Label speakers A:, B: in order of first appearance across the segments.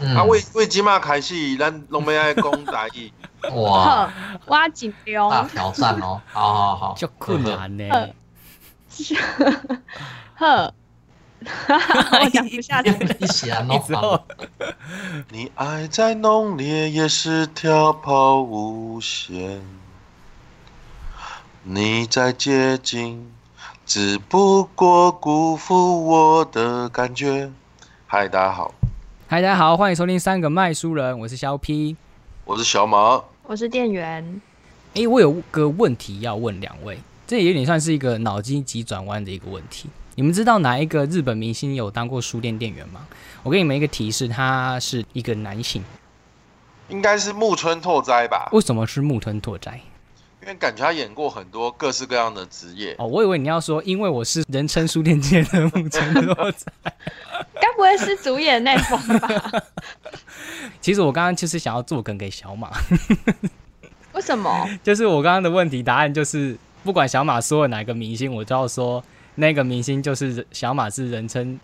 A: 嗯
B: 啊，为为即马开始，咱拢要爱讲台 语。
A: 哇，
C: 好，我尽量。
A: 大
D: 啊
A: 挑战哦！好好 好，
D: 足困难呢、
C: 嗯呵， 我讲不下去
A: 对。对对一起来
D: 一
A: 弄
D: 直
A: 好
D: 后
A: 了。
B: 你爱再浓烈，也是跳抛无限。你再接近，只不过辜负我的感觉。嗨，大家好，
D: 嗨，大家好，欢迎收听《三个麦书人》，我是肖 P。
B: 我是小马。
C: 我是店员，
D: 诶、我有个问题要问两位，这也有点算是一个脑筋急转弯的一个问题。你们知道哪一个日本明星有当过书店店员吗？我给你们一个提示，他是一个男性。
B: 应该是木村拓哉吧，
D: 为什么是木村拓哉？
B: 因为感觉他演过很多各式各样的职业。
D: 哦，我以为你要说，因为我是人称书店界的木村拓哉。
C: 该不会是主演那封吧？
D: 其实我刚刚就是想要做梗给小马，
C: 为什么？
D: 就是我刚刚的问题答案就是，不管小马说了哪个明星，我都要说那个明星就是人小马是人称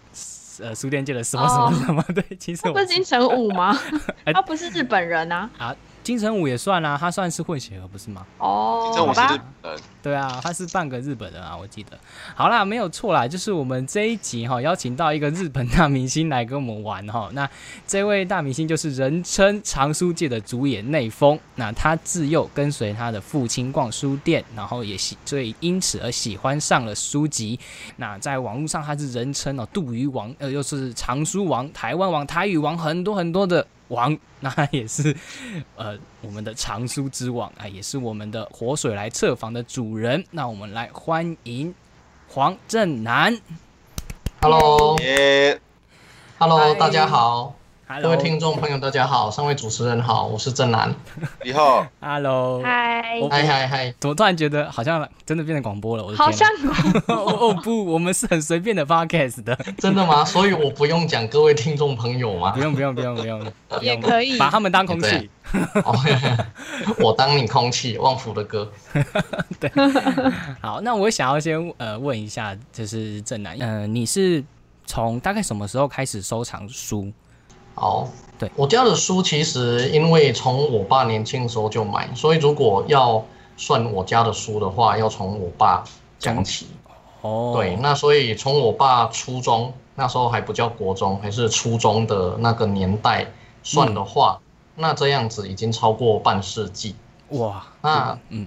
D: 呃书店界的什么什么什么。对，其实
C: 哦他不
D: 我？
C: 是金城武吗
D: 哎
C: 他不是日本人啊。
D: 金城武也算啦、他算是混血儿不是吗？
C: 哦，
B: 这
C: 好
B: 我是日
C: 吧，
B: 本人，
D: 对啊，他是半个日本人啊，我记得。好啦，没有错啦，就是我们这一集哈、邀请到一个日本大明星来跟我们玩哈、那这位大明星就是人称藏书界的主演内丰。那他自幼跟随他的父亲逛书店，然后也喜，所以因此而喜欢上了书籍。那在网络上他是人称哦杜鱼王，呃，又是藏书王、台湾王、台语王，很多很多的王。那他也是呃，我们的藏书之王啊，也是我们的活水来测房的主人。那我们来欢迎黄正南
A: Hello，Hello，
B: 耶、
C: 嗨
A: 大家好，各
D: ，Hello，
A: 位听众朋友，大家好，三位主持人好，我是正南。
B: 以后
D: Hello，
C: 嗨，
D: 我
A: 嗨嗨嗨，
D: 怎么突然觉得好像真的变成广播了？我的天
C: 好
D: 哪
C: 像
D: 哦哦不，我们是很随便的 podcast 的，
A: 真的吗？所以我不用讲各位听众朋友吗
D: 不？用不用不用不用，不
C: 也
D: 用
C: 可以。
D: 把他们当空气
A: 对。哦 我当你空气，旺福的歌。
D: 好，那我想要先呃问一下，就是正南，呃，你是从大概什么时候开始收藏书？
A: 好，
D: 对
A: 我家的书，其实因为从我爸年轻的时候就买，所以如果要算我家的书的话，要从我爸讲起。
D: 哦，
A: 对，，那所以从我爸初中那时候还不叫国中，还是初中的那个年代算的话，
D: 嗯
A: 那这样子已经超过半世纪。
D: 哇，
A: 那
D: 嗯，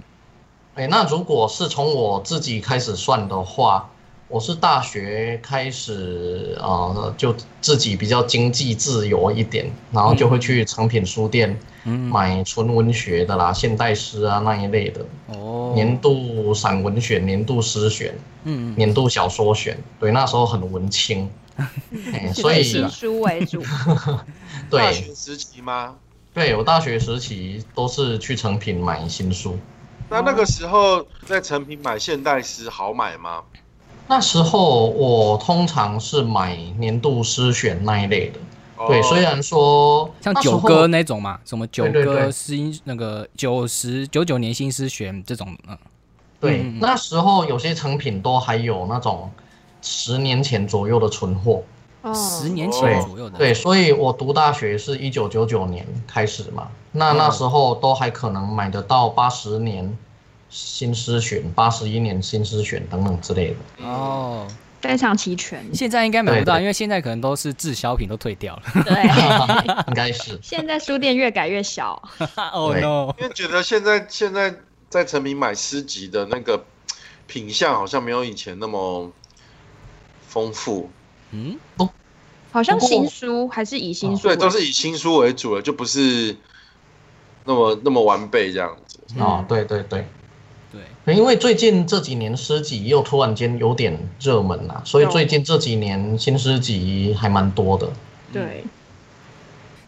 A: 哎，那如果是从我自己开始算的话，我是大学开始啊、呃就自己比较经济自由一点，然后就会去诚品书店
D: 嗯，
A: 买纯文学的啦、现代诗啊那一类的，
D: 哦，
A: 年度散文选、年度诗选、
D: 嗯，嗯
A: 年度小说选，对，那时候很文青， 哎，所
C: 是
A: 以
C: 以书为主，
D: 啊
B: 大
A: 对
B: 学时期吗？
A: 对，我大学时期都是去诚品买新书。
B: 那那个时候在成品买现代诗好买吗？
A: 那时候我通常是买年度诗选那一类的，
B: 哦
A: 对，啊虽然说
D: 像
A: 那时
D: 九
A: 候
D: 歌那种嘛，什么九
A: 对对
D: 歌
A: 对
D: 新那个九十九九年新诗选这种，嗯，
A: 对
D: 嗯嗯，
A: 那时候有些成品都还有那种十年前左右的存货，
C: 哦
D: 十年前左右的，
A: 对，所以我读大学是一九九九年开始嘛，那
D: 嗯
A: 那时候都还可能买得到八十年新诗选、八十一年新诗选等等之类的。
D: 哦，
C: 非常齐 全。
D: 现在应该买不
A: 对
D: 到，
A: 对
D: 因为现在可能都是滞销品都退掉了。
C: 对，
A: 应该是
C: 现在书店越改越小，
D: oh no！
B: 因为觉得现在现在在成品买诗集的那个品相好像没有以前那么丰富，
D: 嗯，
C: 好像
A: 不过
C: 新书还是以新书为
B: 对，
C: 主，
B: 都是以新书为主了，就不是那么那么完备这样子。
D: 嗯
A: 哦，对对对。
D: 对，
A: 因为最近这几年诗集又突然间有点热门啦、所以最近这几年新诗集还蛮多的。
C: 对。
D: 嗯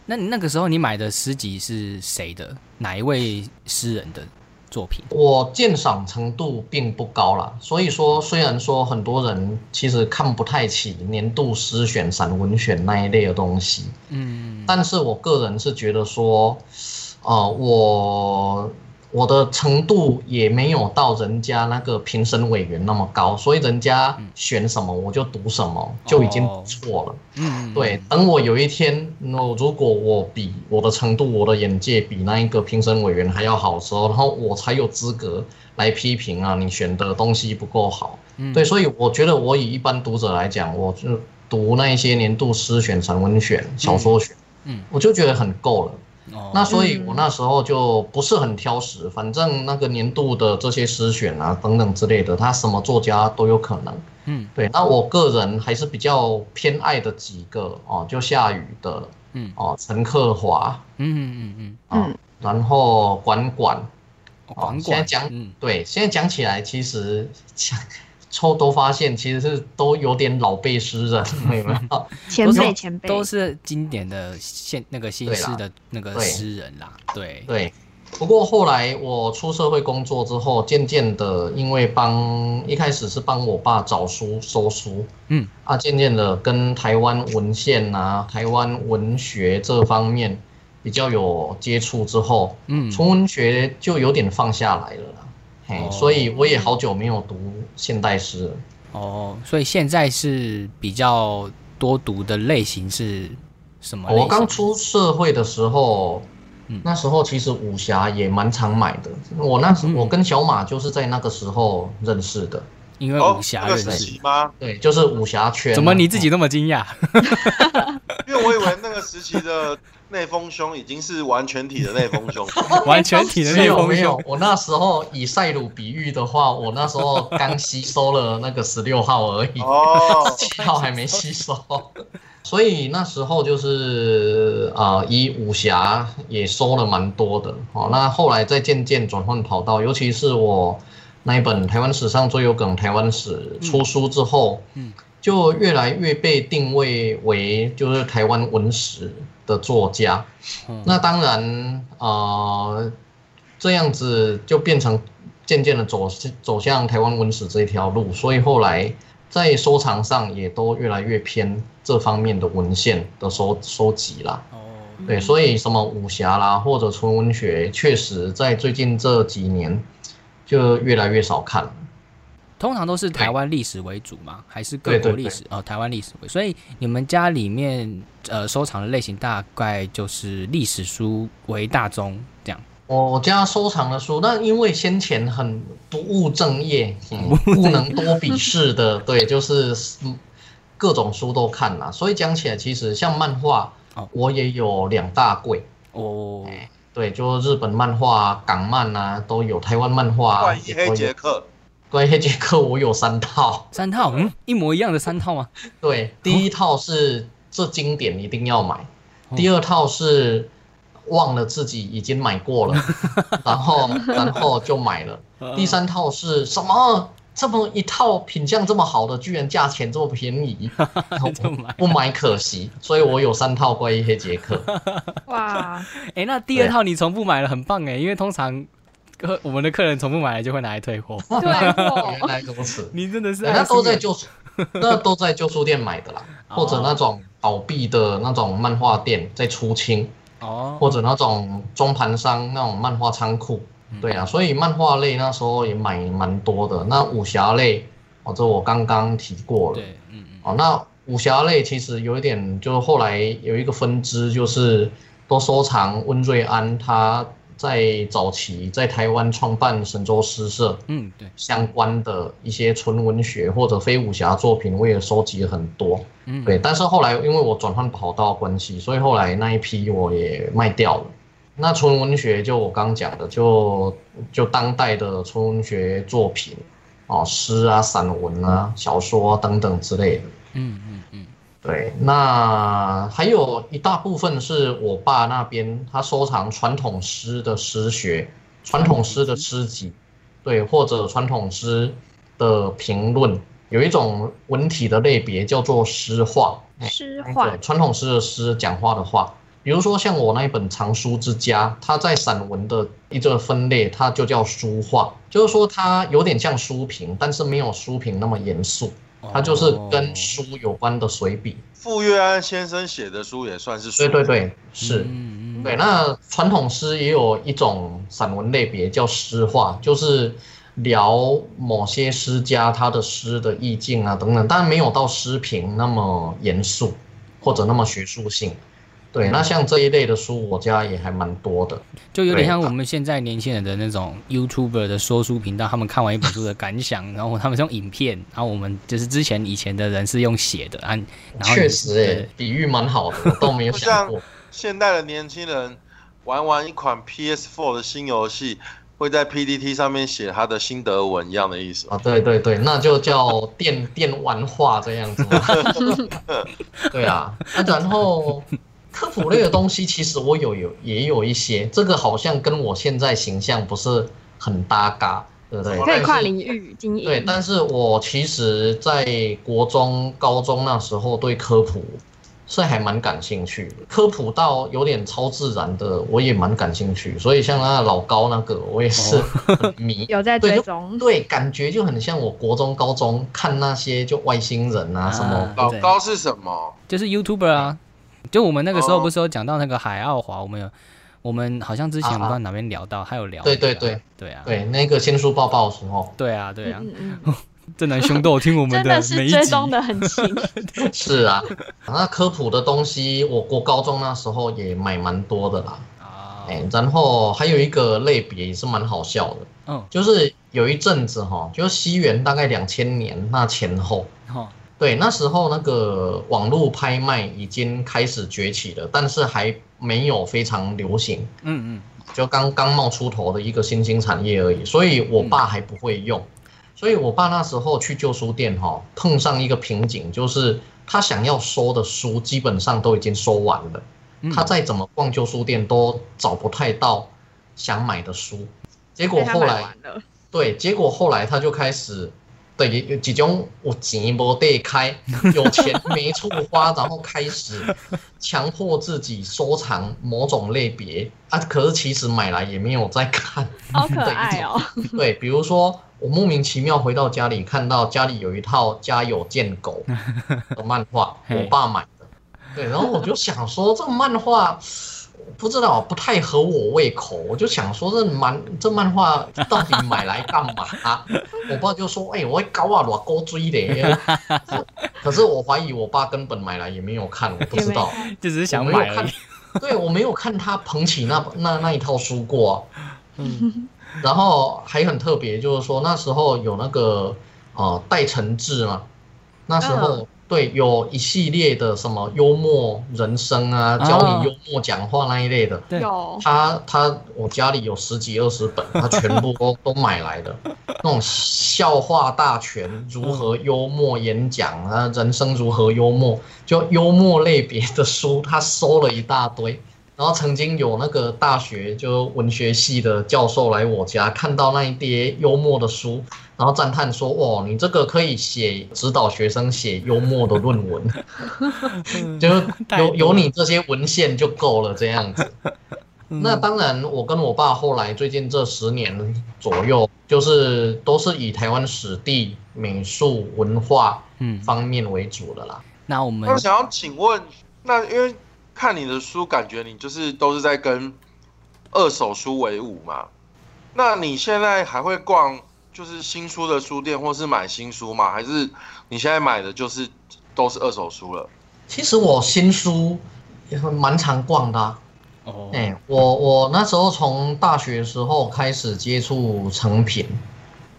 D: 那你那个时候你买的诗集是谁的？哪一位诗人的作品？
A: 我鉴赏程度并不高啦，所以说虽然说很多人其实看不太起年度诗选、散文选那一类的东西，
D: 嗯，
A: 但是我个人是觉得说，呃，我我的程度也没有到人家那个评审委员那么高，所以人家选什么我就读什么，就已经不错了。
D: 嗯，
A: 对，等我有一天，我如果我比我的程度、我的眼界比那一个评审委员还要好的时候，然后我才有资格来批评啊，你选的东西不够好。
D: 嗯
A: 对，，所以我觉得我以一般读者来讲，我就读那一些年度诗选、散文选、小说选，
D: 嗯嗯
A: 我就觉得很够了。
D: 哦
A: 那所以
C: 嗯
A: 我那时候就不是很挑食，反正那个年度的这些诗选啊等等之类的，他什么作家都有可能。
D: 嗯
A: 对，那我个人还是比较偏爱的几个哦，就夏雨的
D: 嗯
A: 哦，陈克华
D: 嗯嗯嗯嗯，
A: 啊，
C: 嗯
A: 然后管管，哦
D: 哦管
A: 现在
D: 管，
A: 讲
D: 嗯
A: 对，现在讲起来其实讲。抽都发现其实是都有点老辈诗人，有 没有？
C: 前
D: 都是
C: 辈前辈
D: 都是经典的现那个新诗的那个
A: 对
D: 诗人啦，对，
A: 对，不过后来我出社会工作之后，渐渐的，因为帮一开始是帮我爸找书、收书，
D: 嗯
A: 啊，渐渐的跟台湾文献啊、台湾文学这方面比较有接触之后，
D: 嗯，
A: 纯文学就有点放下来了啦。嘿，
D: 哦
A: 所以我也好久没有读现代诗了。
D: 哦，所以现在是比较多读的类型是什么类
A: 哦
D: 型？
A: 我刚出社会的时候
D: 嗯，
A: 那时候其实武侠也蛮常买的。我那时
D: 嗯
A: 我跟小马就是在那个时候认识的，
D: 因为
B: 哦
D: 武，侠
B: 那个
D: 认
B: 时
D: 识
B: 期，吗？
A: 对，就是武侠圈。啊
D: 怎么你自己那么惊讶？
B: 因为我以为那个时期的内丰胸已经是完全体的内丰胸，
D: 完全体的
A: 哦没
D: 内
A: 有
D: 丰
A: 没有
D: 胸？，
A: 我那时候以赛鲁比喻的话，我那时候刚吸收了那个十六号而已，
B: 哦，
A: 七号还没吸收，所以那时候就是呃，以武侠也收了蛮多的哦。那后来再渐渐转换跑道，尤其是我那一本《台湾史上最有梗台湾史》出书之后，
D: 嗯
A: 就越来越被定位为就是台湾文史的作家。
D: 嗯
A: 那当然，呃，这样子就变成渐渐的走走向台湾文史这一条路，所以后来在收藏上也都越来越偏这方面的文献的收收集啦。
D: 哦，
A: 对，所以什么武侠啦，或者纯文学，确实在最近这几年就越来越少看了。
D: 通常都是台湾历史为主吗？还是各
A: 对
D: 国
A: 对
D: 历史？哦，台湾历史为主。所以你们家里面呃收藏的类型大概就是历史书为大宗这样。
A: 我家收藏的书，那因为先前很不务正业，嗯、 不能多比视的， 对，就是嗯各种书都看啦。所以讲起来，其实像漫画
D: 哦，
A: 我也有两大柜，
D: 哦，
A: 对，就日本漫画啊、港漫啊都有，台湾漫画啊
B: 怪医
A: 也
B: 黑
A: 都
B: 杰
A: 有。
B: 克，
A: 关于黑杰克，我有三套，
D: 三套，嗯，一模一样的三套吗？
A: 对，第一套是这经典一定要买，
D: 哦
A: 第二套是忘了自己已经买过 了，然后然后就买了。
D: 呃嗯
A: 第三套是什么？这么一套品相这么好的，居然价钱这么便宜，
D: 就买了
A: 不买可惜。所以我有三套怪异黑杰克。
C: 哇，
D: 哎，那第二套你重复买了，很棒哎，因为通常客我们的客人重复买了就会拿来退 货。
C: 对
A: 原
C: 哦，
A: 来如此，哎
D: 你真的是
A: 那
D: 爱
A: 都
D: 心啊
A: 在
D: 人，
A: 旧书，那都在旧书店买的啦，
D: 哦
A: 或者那种倒闭的那种漫画店在出清，
D: 哦，
A: 或者那种中盘商那种漫画仓库。
D: 嗯
A: 对啊，所以漫画类那时候也买蛮多的。那武侠类，哦，这我刚刚提过了。
D: 对，嗯嗯，
A: 哦，那武侠类其实有一点，就是后来有一个分支，就是都收藏温瑞安他在早期在台湾创办神州诗社
D: 嗯对，
A: 相关的一些纯文学或者非武侠作品，我也收集很多。
D: 嗯
A: 对，但是后来因为我转换跑道关系，所以后来那一批我也卖掉了。那纯文学就我刚讲的，就就当代的纯文学作品，哦，诗啊、散文啊、小说、啊、等等之类的。
D: 嗯嗯嗯，
A: 对，那还有一大部分是我爸那边他收藏传统诗的诗学、传统诗的诗集，对，或者传统诗的评论。有一种文体的类别叫做诗话，哎
C: 诗
A: 那
C: 画
A: 个传统诗的诗，讲话的话。比如说像我那一本《藏书之家》，它在散文的一个分类，它就叫书画，就是说它有点像书评，但是没有书评那么严肃，
D: 哦
A: 它就是跟书有关的随笔。
B: 傅月安先生写的书也算是书，
A: 对对对，是。
D: 嗯嗯
A: 对，那传统诗也有一种散文类别叫诗话，就是聊某些诗家他的诗的意境啊等等，当然没有到诗评那么严肃或者那么学术性。对，
D: 嗯
A: 那像这一类的书，我家也还蛮多的。
D: 就有点
A: 对
D: 像我们现在年轻人的那种 YouTuber 的说书频道，他们看完一本书的感想，然后他们是用影片，然后我们就是之前以前的人是用写的，啊，然后
A: 确实、欸，
D: 对
A: 比喻蛮好的，我都没有想过。
B: 现代的年轻人玩完一款 PS4 的新游戏，会在 PPT 上面写他的心得文一样的意思。
A: 啊，对对对，那就叫电电玩化这样子嘛。对啊，那然后科普类的东西，其实我有有也有一些，这个好像跟我现在形象不是很搭嘎，对不对？
C: 可以跨
A: 但是
C: 领域经营。
A: 对，但是我其实，在国中、高中那时候对科普是还蛮感兴趣的，科普到有点超自然的，我也蛮感兴趣。所以像那老高那个，我也是很迷。
C: 有在
A: 对
C: 追
A: 就
C: 踪，
A: 对，啊感觉就很像我国中、高中看那些就外星人啊什么。
B: 老
D: 对
B: 高是什么？
D: 就是 YouTuber 啊，就我们那个时候
B: 哦
D: 不是有讲到那个海奥华，我们有我们好像之前
A: 啊啊
D: 不知道哪边聊到，还有聊
A: 对
D: 那个啊
A: 对
D: 对啊
A: 对，那个仙书报报的时候
D: 对啊对啊，
C: 嗯嗯嗯，
D: 正南兄都有听我们
C: 真的
D: 每
C: 是
D: 一
C: 追
D: 集，
C: 踪的很勤。
A: 是啊， 那科普的东西，我国高中那时候也买蛮多的啦。
D: 啊，
A: 哎、然后还有一个类别也是蛮好笑的，
D: 嗯，
A: 就是有一阵子哈，就是西元大概两千年那前后，
D: 哦，
A: 对，那时候那个网络拍卖已经开始崛起了，但是还没有非常流行。
D: 嗯嗯，
A: 就刚刚冒出头的一个新兴产业而已，所以我爸还不会用，所以我爸那时候去旧书店哈、碰上一个瓶颈，就是他想要收的书基本上都已经收完了，
D: 嗯，
A: 他再怎么逛旧书店都找不太到想买的书，结果
C: 被他
A: 后
C: 买
A: 来
C: 完了，
A: 对，结果后来他就开始，对，有有几种有钱没地开，有钱没处花，然后开始强迫自己收藏某种类别啊，可是其实买来也没有在看。
C: 好可爱哦！
A: 对，比如说我莫名其妙回到家里，看到家里有一套《家有贱狗》的漫画
D: 嘿
A: 我爸买的。对，然后我就想说，这漫画不知道不太合我胃口，我就想说这漫这漫画到底买来干嘛？啊我爸就说：“哎、我会搞啊，我勾追的。” 可是我怀疑我爸根本买来也没有看，我不知道。
D: 就只是想
A: 我没有
D: 买而
A: 看
D: 已，
A: 对我没有看他捧起那那那一套书过啊、
D: 嗯
A: 然后还很特别，就是说那时候有那个呃戴承志嘛，那时候、对有一系列的什么幽默人生啊，
D: 啊
A: 教你幽默讲话那一类的。
D: 对
C: 有哦
A: 他他我家里有十几二十本，他全部都都买来的，那种笑话大全，如何幽默演讲啊，人生如何幽默，就幽默类别的书，他收了一大堆。然后曾经有那个大学就文学系的教授来我家，看到那一叠幽默的书，然后赞叹说：“哇，你这个可以写指导学生写幽默的论 文，就是
D: 太多
A: 有有你这些文献就够了这样子。”那
D: 嗯
A: 当然，我跟我爸后来最近这十年左右，就是都是以台湾史地、美术、文化
D: 嗯，
A: 方面为主的啦。
D: 那我们
B: 那我想要请问，那因为看你的书，感觉你就是都是在跟二手书为伍嘛？那你现在还会逛就是新书的书店，或是买新书吗？还是你现在买的就是都是二手书了？
A: 其实我新书也蛮常逛的、啊，
D: 哦
A: 哎、我我那时候从大学时候开始接触成品，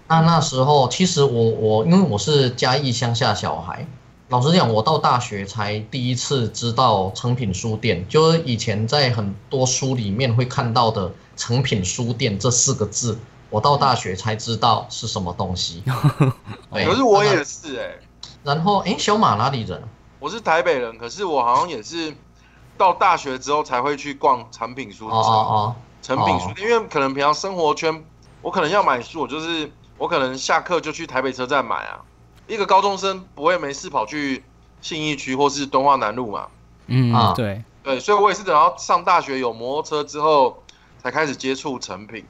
A: 那那时候其实我我因为我是嘉义乡下小孩，老实讲，我到大学才第一次知道成品书店，就是以前在很多书里面会看到的“成品书店”这四个字，我到大学才知道是什么东西。对
B: 可是我也是哎、
A: 然后哎，诶小马哪里人？
B: 我是台北人，可是我好像也是到大学之后才会去逛产品书
A: 哦
B: 城、
A: 哦
B: 成品书店，因为可能平常生活圈，我可能要买书，我就是我可能下课就去台北车站买啊。一个高中生不会没事跑去信义区或是敦化南路嘛，
D: 嗯
A: 啊
D: 对，
B: 对，所以我也是等到上大学有摩托车之后，才开始接触成品。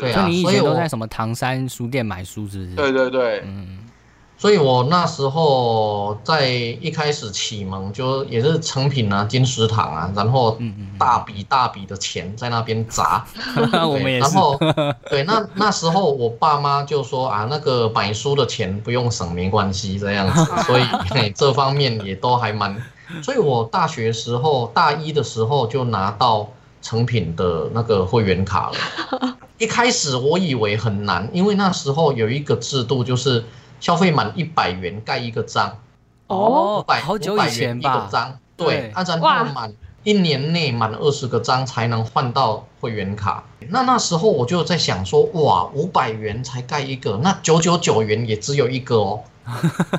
A: 对啊
D: 就你以
A: 所以
D: 前都
A: 我
D: 在什么唐山书店买书是不是？
B: 对对对，
D: 嗯，
A: 哦，所以我那时候在一开始启蒙，就也是成品啊、金石堂啊，然后
D: 嗯嗯嗯
A: 大笔大笔的钱在那边砸。
D: 我们
A: 对
D: 也
A: 然
D: 是，
A: 后对，那那时候我爸妈就说啊，那个买书的钱不用省，没关系这样 子，所以嘿这方面也都还蛮。所以我大学时候大一的时候就拿到成品的那个会员卡了。 一开始我以为很难，因为那时候有一个制度，就是消费满一百元盖一个章，
C: 哦
A: 五百
D: 好久
A: 500
D: 以前
A: 元一个
D: 吧，
A: 章，
D: 对
A: 对，啊，然后
C: 哇
A: 满一年内满二十个章才能换到会员卡。那那时候我就在想说，哇，五百元才盖一个，那九九九元也只有一个 哦。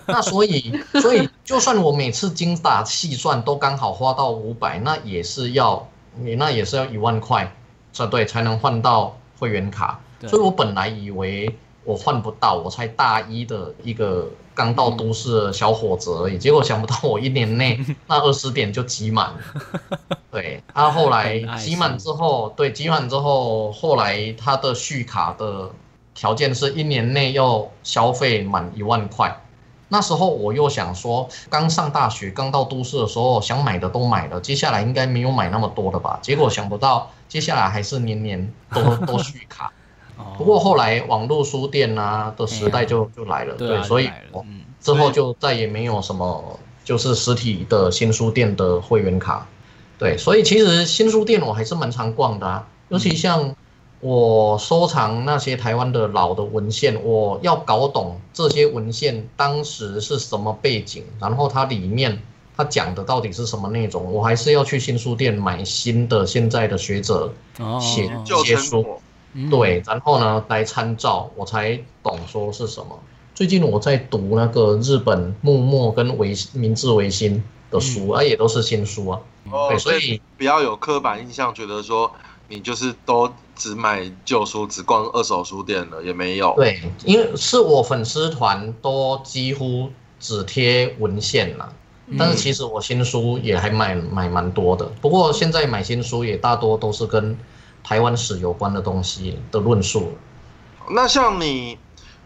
A: 那所以，所以就算我每次精打细算都刚好花到五百，那也是要你那也是要一万块，才对才能换到会员卡。
D: 对
A: 所以我本来以为我换不到，我才大一的一个刚到都市的小伙子而已，结果想不到我一年内 那二十点就挤满了。对，他、后来
D: 很爱心
A: 挤满之后，对挤满之后，后来他的续卡的条件是一年内要消费满一万块。那时候我又想说，刚上大学，刚到都市的时候，想买的都买了，接下来应该没有买那么多了吧？结果想不到，接下来还是年年 都都续卡。
D: 哦
A: 不过后来网络书店啊的时代就就来了，
D: 对啊，
A: 所以
D: 就来了
A: 我
D: 嗯，
A: 之后就再也没有什么就是实体的新书店的会员卡。对，所以其实新书店我还是蛮常逛的啊，尤
D: 嗯
A: 其像我收藏那些台湾的老的文献，我要搞懂这些文献当时是什么背景，然后它里面它讲的到底是什么内容，我还是要去新书店买新的现在的学者
D: 哦，
A: 写
D: 哦
B: 就
A: 结
B: 成
A: 束
B: 果，
D: 嗯
A: 对，然后呢来参照，我才懂说是什么。最近我在读那个日本幕末跟维明治维新的书，啊，也都是新书啊。
B: 哦
A: 对，，所以
B: 不要有刻板印象，觉得说你就是都只买旧书，只逛二手书店了，也没有。，
A: 对，因为是我粉丝团都几乎只贴文献啦，
C: 嗯
A: 但是其实我新书也还买买蛮多的。不过现在买新书也大多都是跟台湾史有关的东西的论述。
B: 那像你，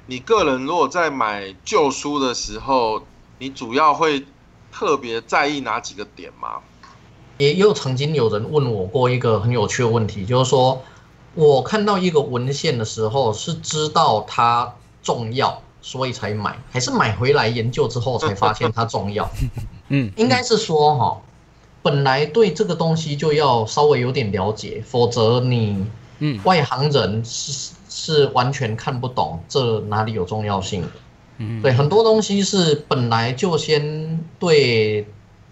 B: 你个人如果在买旧书的时候，你主要会特别在意哪几个点吗？
A: 也有曾经有人问我过一个很有趣的问题，就是说我看到一个文献的时候，是知道它重要，所以才买，还是买回来研究之后才发现它重要？
D: 嗯，
A: 应该是说哈，本来对这个东西就要稍微有点了解，否则你
D: 嗯
A: 外行人是是完全看不懂这哪里有重要性的。
D: 嗯，
A: 对，很多东西是本来就先对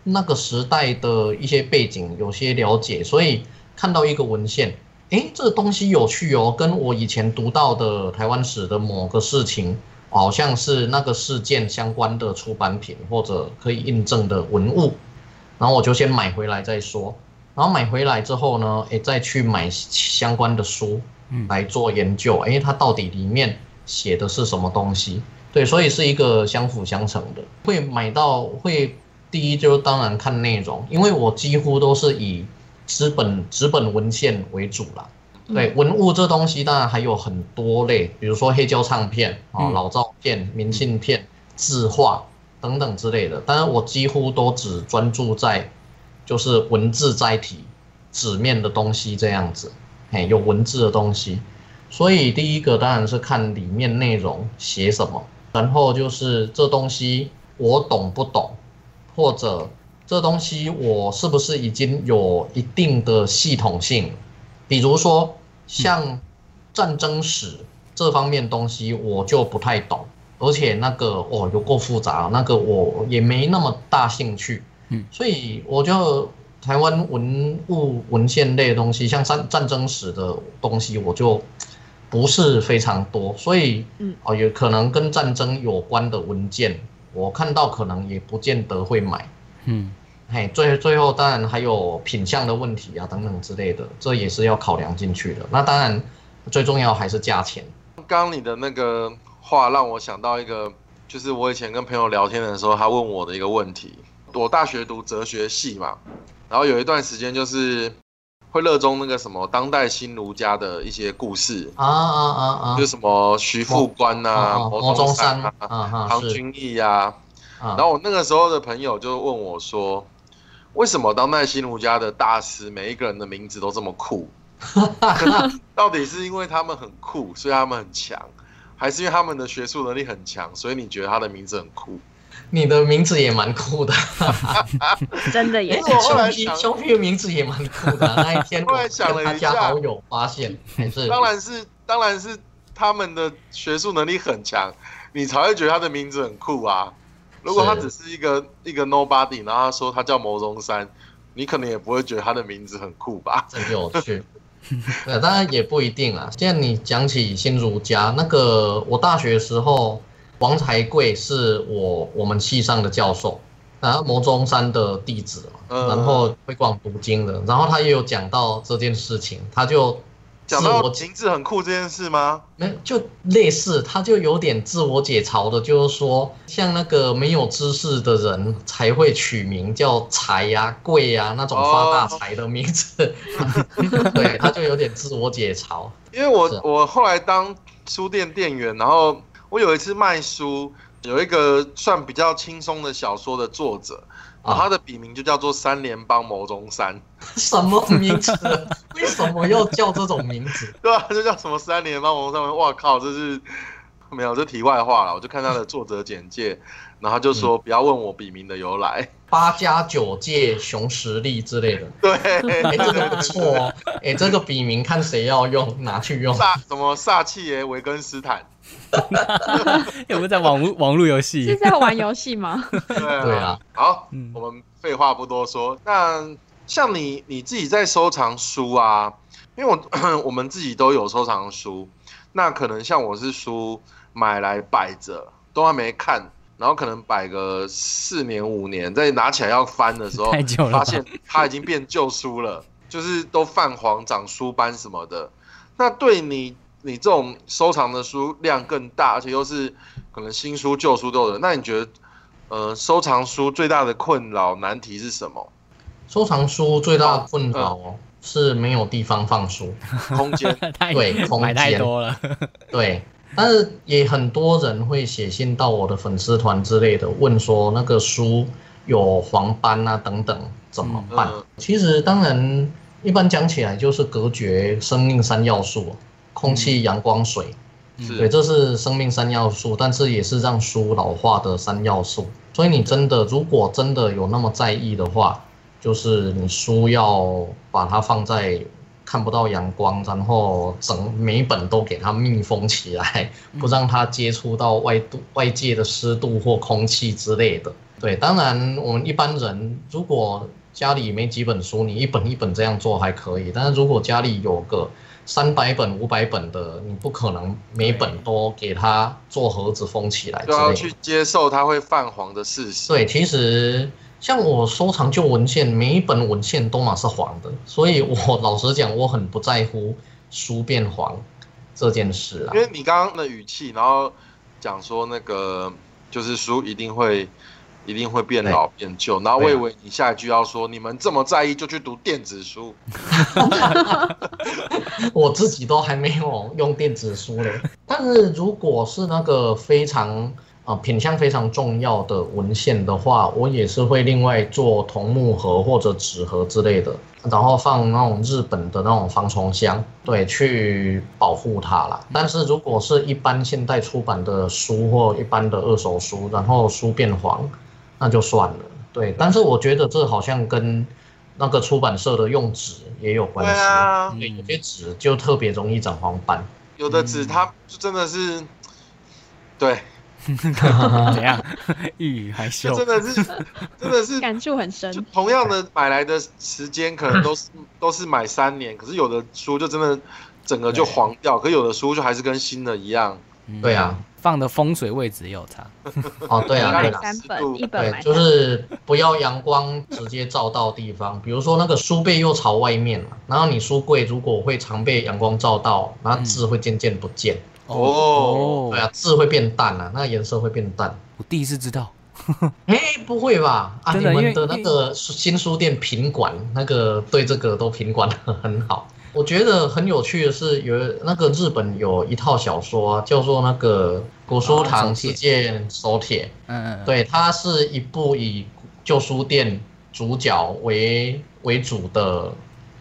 A: 那个时代的一些背景有些了解，所以看到一个文献，诶，这个东西有趣哦，跟我以前读到的台湾史的某个事情，好像是那个事件相关的出版品或者可以印证的文物，然后我就先买回来再说。然后买回来之后呢，诶，再去买相关的书
D: 嗯
A: 来做研究，诶，它到底里面写的是什么东西？对，所以是一个相辅相成的。会买到会第一就当然看内容，因为我几乎都是以纸本纸本文献为主啦。对，文物这东西当然还有很多类，比如说黑胶唱片啊、
D: 嗯
A: 老照片、明信片、字画等等之类的。但是我几乎都只专注在就是文字载体、纸面的东西这样子，嘿，有文字的东西。所以第一个当然是看里面内容写什么，然后就是这东西我懂不懂，或者这东西我是不是已经有一定的系统性，比如说像战争史这方面东西我就不太懂，而且那个哦有够复杂，那个我也没那么大兴趣，
D: 嗯，
A: 所以我就台湾文物文献类的东西，像战战争史的东西，我就不是非常多，所以
C: 嗯
A: 哦有可能跟战争有关的文件，我看到可能也不见得会买。
D: 嗯
A: 嘿，最最后当然还有品相的问题啊，等等之类的，这也是要考量进去的。那当然，最重要还是价钱。
B: 刚刚你的那个话让我想到一个，就是我以前跟朋友聊天的时候，他问我的一个问题。我大学读哲学系嘛，然后有一段时间就是会热衷那个什么当代新儒家的一些故事，
A: 啊啊啊啊
B: 就是什么徐副官呐、
A: 啊
B: 啊、
A: 啊
B: 牟
A: 魔中山
B: 啊
A: 啊、啊
B: 唐
A: 是
B: 君毅啊。
A: 啊
B: 然后我那个时候的朋友就问我说，为什么当代新儒家的大师每一个人的名字都这么 酷？到底是因为他们很酷，所以他们很强，还是因为他们的学术能力很强，所以你觉得他的名字很酷？
A: 你的名字也蛮酷的，
C: 真的耶
B: 因！为我后来
A: 皮
B: 想
A: 熊皮的名字也蛮酷的。那一天
B: 后
A: 我
B: 来想了
A: 跟他
B: 一
A: 加
B: 下
A: 好友发现，还是
B: 当然是，当然是他们的学术能力很强，你才会觉得他的名字很酷啊。如果他只是一个一个 nobody，然后他说他叫牟中山，你可能也不会觉得他的名字很酷吧？
A: 真有趣。对，当然也不一定啦。现在你讲起新儒家，那个我大学时候，王才贵是我我们系上的教授，然后牟中山的弟子嘛，
B: 嗯
A: 然后会广读经的，然后他也有讲到这件事情，他就自
B: 讲到
A: 我解
B: 名字很酷这件事吗？
A: 没有就类似，他就有点自我解嘲的，就是说，像那个没有知识的人才会取名叫财呀、贵呀、那种发大财的名字，对，他就有点自我解嘲。
B: 因为我
A: 是啊
B: 我后来当书店店员，然后我有一次卖书，有一个算比较轻松的小说的作者，
A: 啊
B: 然后他的笔名就叫做三联帮牟中山，
A: 什么名字？为什么要叫这种名字？
B: 对啊，就叫什么三联帮牟中山，哇靠，这是没有这题外话了。我就看他的作者简介，然后他就
A: 嗯
B: 说不要问我笔名的由来，
A: 八加九界熊实力之类的，
B: 对，
A: 哎、这个不错哦，哎、这个笔名看谁要用，拿去 用。
B: 煞什么煞气耶维根斯坦，
D: 有没有在网络网络游
C: 是
D: 戏？
C: 在玩游戏吗？
B: 对啊，
A: 对啊，
B: 好，
D: 嗯
B: 我们废话不多说。那像你你自己在收藏书啊，因为我 我们自己都有收藏书，那可能像我是书买来摆着，都还没看，然后可能摆个四年五年，再拿起来要翻的 时候，
D: 太久了吧
B: 发现它已经变旧书了，就是都泛黄、长书斑什么的。那对你你这种收藏的书量更大，而且又是可能新书、旧书都有的，那你觉得，呃，收藏书最大的困扰难题是什么？
A: 收藏书最大的困扰哦，是没有地方放书。
B: 空 间
D: 太
A: 对空
D: 买太
A: 间
D: 多了，
A: 对，但是也很多人会写信到我的粉丝团之类的，问说那个书有黄斑啊等等怎么办？
B: 嗯
A: 其实当然，一般讲起来就是隔绝生命三要素：啊空气、阳光、水。
B: 是
A: 对，这是生命三要素，但是也是让书老化的三要素。所以你真的如果真的有那么在意的话，就是你书要把它放在看不到阳光，然后整每一本都给它密封起来，
D: 嗯
A: 不让它接触到外度外界的湿度或空气之类的。对，当然我们一般人如果家里没几本书，你一本一本这样做还可以，但是如果家里有个三百本、五百本的，你不可能每本都给它做盒子封起来之
B: 就要
A: 类的
B: 啊去。接受它会泛黄的事实。
A: 对，啊其实像我收藏旧文献，每一本文献都嘛是黄的，所以我 老实讲，我很不在乎书变黄这件事啊
B: 因。为你刚刚的语气，然后讲说那个就是书一定会一定会变老变旧，然后
A: 啊
B: 我以为你下一句要说你们这么在意就去读电子书，
A: 我自己都还没有用电子书嘞。但是如果是那个非常啊、呃品相非常重要的文献的话，我也是会另外做桐木盒或者纸盒之类的，然后放那种日本的那种防虫箱，对，去保护它啦。但是如果是一般现代出版的书或一般的二手书，然后书变黄，那就算了。对，但是我觉得这好像跟那个出版社的用纸也嗯有
B: 对
A: 关系。
B: 啊，
A: 对，有些纸就特别容易长黄斑。
B: 有的纸它就真的是，对，
D: 怎样？ 欲语还
B: 就
D: 休
B: 真，的是 真的是
C: 感触很
B: 就
C: 深，
B: 同样的买来的时间，可能都是都是买三年，可是有的书就真的整个就黄掉，可有的书就还是跟新的一样。
D: 嗯
A: 对啊，
D: 放的风水位置也有差，
A: 哦，对啊，
B: 对
A: 对
B: 啊
A: 啊，
C: 三本，一本
A: 对，
C: 买
A: 就
C: 三本
A: 是不要阳光直接照到地方，比如说那个书背又朝外面嘛，然后你书柜如果会常被阳光照到，那字会渐渐不见，
B: 哦
A: 对啊，字会变淡啊，那个颜色会变淡。
D: 哦我第一次知道，
A: 哎，不会吧？啊，
D: 真
A: 你
D: 的因为
A: 们的那个新书店品管那个对这个都品管的很好。我觉得很有趣的是，有那个日本有一套小说、叫做那个《古书
D: 啊手
A: 堂
D: 帖
A: 之见手帖》，
D: 嗯嗯，嗯，
A: 对，它是一部以旧书店主角为为主的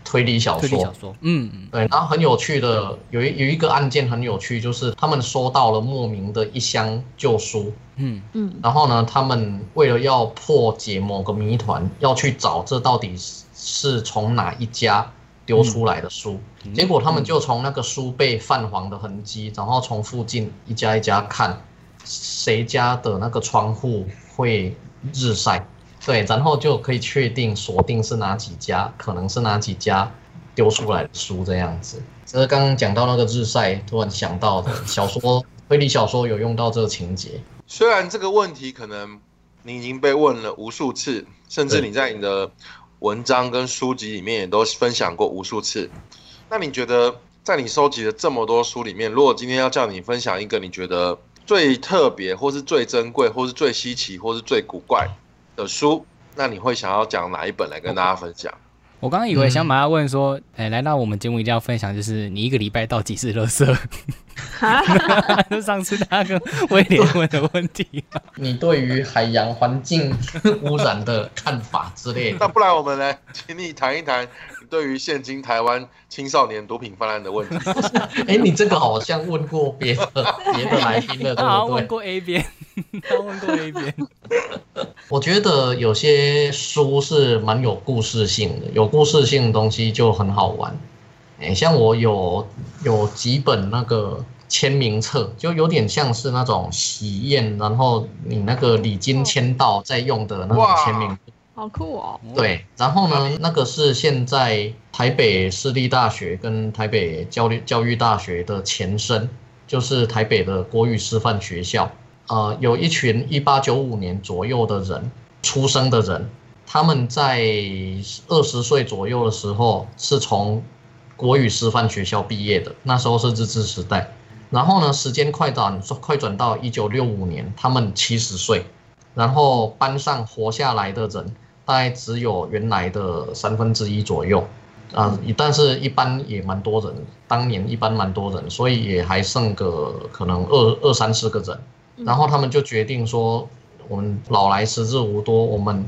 A: 推理小
D: 推理
A: 说
D: 小。说，嗯嗯，
A: 对，然后很有趣的有一有一个案件很有趣，就是他们收到了莫名的一箱旧书，
D: 嗯，
C: 嗯，
A: 然后呢，他们为了要破解某个谜团，要去找这到底是是从哪一家丢出来的书。
D: 嗯
A: 结果他们就从那个书被泛黄的痕迹，然后从附近一家一家看，谁家的那个窗户会日晒，对，然后就可以确定锁定是哪几家，可能是哪几家丢出来的书这样子。这是刚刚讲到那个日晒，突然想到的小说。推理小说有用到这个情节，
B: 虽然这个问题可能你已经被问了无数次，甚至
A: 对
B: 你在你的文章跟书籍里面也都分享过无数次，那你觉得在你收集的这么多书里面，如果今天要叫你分享一个你觉得最特别，或是最珍贵，或是最稀奇，或是最古怪的书，那你会想要讲哪一本来跟大家分享？
D: 我刚刚以为
A: 嗯
D: 想把他问说，哎、来到我们节目一定要分享，就是你一个礼拜到几次垃 圾？ 就上次他跟威廉问的问题，
A: 你 对于海洋环境污染的看法之类
B: 那
A: 的。
B: 不然我们来，请你谈一谈你对于现今台湾青少年毒品泛滥的问题。
A: 哎，你这个好像问过别的别的来宾了，
D: 他好像
A: 对
D: 问
A: 不对？
D: 过 A 边， 他问过 A 边，
A: 我觉得有些书是蛮有故事性的，有故事性的东西就很好玩。哎，像我有有几本那个签名册，就有点像是那种喜宴，然后你那个礼金签到在用的那种
B: 哇
A: 签名册
C: 好酷哦，
A: 对，然后呢，那个是现在台北市立大学跟台北教育教育大学的前身，就是台北的国语师范学校。呃，有一群一八九五年左右的人出生的人，他们在二十岁左右的时候是从国语师范学校毕业的，那时候是日治时代。然后呢，时间快转快转到一九六五年，他们七十岁，然后班上活下来的人大概只有原来的三分之一左右，啊、但是一般也蛮多人，当年一般蛮多人，所以也还剩个可能二二三十个人。
C: 嗯
A: 然后他们就决定说，我们老来时日无多，我们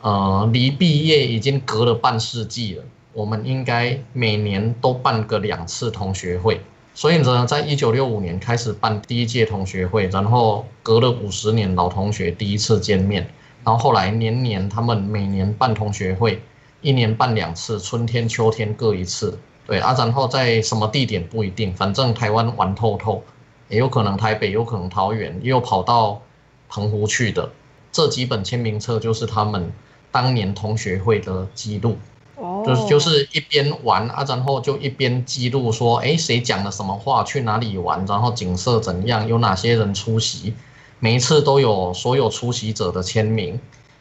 A: 呃离毕业已经隔了半世纪了，我们应该每年都办个两次同学会。所以呢，在一九六五年开始办第一届同学会，然后隔了五十年，老同学第一次见面，然后后来年年他们每年办同学会，一年办两次，春天、秋天各一次。对啊，然后在什么地点不一定，反正台湾玩透透，也有可能台北，有可能桃园，也有跑到澎湖去的。这几本签名册就是他们当年同学会的记录。
C: 哦，
A: 就是就是一边玩啊，然后就一边记录说，哎，谁讲了什么话，去哪里玩，然后景色怎样，有哪些人出席，每一次都有所有出席者的签名，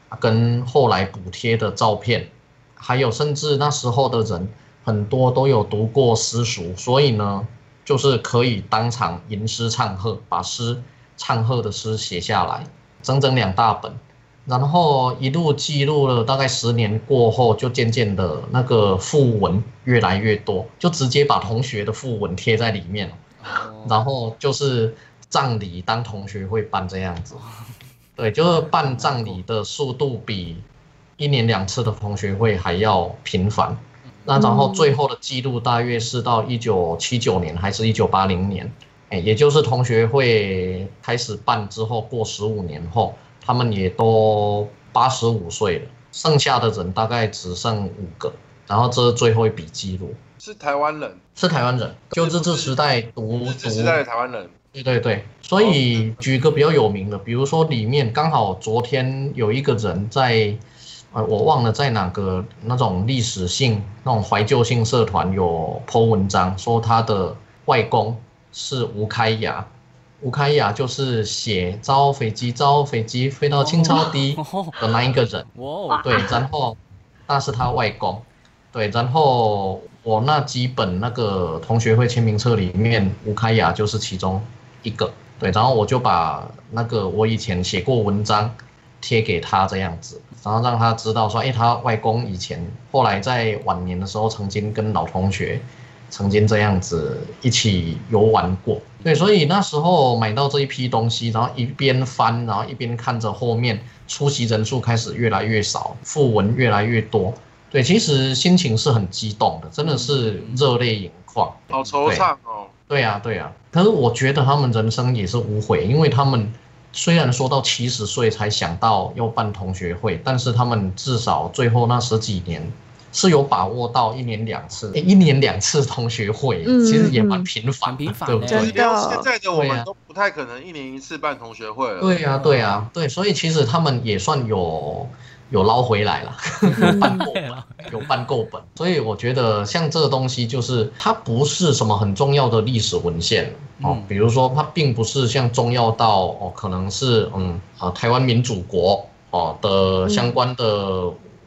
A: 啊跟后来补贴的照片，还有甚至那时候的人很多都有读过私塾，所以呢，就是可以当场吟诗唱和，把诗唱和的诗写下来，整整两大本。然后一路记录了大概十年过后，就渐渐的那个附文越来越多，就直接把同学的附文贴在里面，然后就是葬礼当同学会办这样子，对，就是办葬礼的速度比一年两次的同学会还要频繁。那然后最后的记录大约是到一九七九年还是一九八零年，哎，也就是同学会开始办之后，过十五年后，他们也都八十五岁了，剩下的人大概只剩五个，然后这是最后一笔记录，
B: 是台湾人，
A: 是台湾人，就日治时代读
B: 日治
A: 读
B: 时代的台湾人。
A: 对对对，所以举一个比较有名的，比如说里面刚好昨天有一个人在，呃，我忘了在哪个那种历史性、那种怀旧性社团有 po 文章，说他的外公是吴开雅，吴开雅就是写“招飞机，招飞机飞到清朝 底”
D: 哦
A: 的那一个人。
D: 哇，哦
A: 对，然后那是他外公，对，然后我那几本那个同学会签名册里面，吴开雅就是其中一个，对，然后我就把那个我以前写过文章，贴给他这样子，然后让他知道说，哎，他外公以前后来在晚年的时候曾经跟老同学曾经这样子一起游玩过。对，所以那时候买到这一批东西，然后一边翻，然后一边看着后面出席人数开始越来越少，讣文越来越多。对，其实心情是很激动的，真的是热泪盈眶。
B: 好惆怅哦。
A: 对呀、对呀、可是我觉得他们人生也是无悔，因为他们虽然说到七十岁才想到要办同学会，但是他们至少最后那十几年是有把握到一年两次，
D: 嗯
A: 诶一年两次同学会，
C: 嗯
A: 其实也蛮频繁
D: 很
A: 的，
D: 频繁
A: 对不对
D: 欸
C: 真？的
B: 连现在的我
A: 对
B: 们
A: 啊
B: 都不太可能一年一次办同学会了。
A: 对呀、啊对呀、对，所以其实他们也算有有捞回来了，
C: 嗯
A: 有办够本，
D: 啊
A: 有办够本。所以我觉得像这个东西，就是它不是什么很重要的历史文献哦
D: 嗯，
A: 比如说它并不是像重要到哦，可能是嗯啊、台湾民主国哦的相关的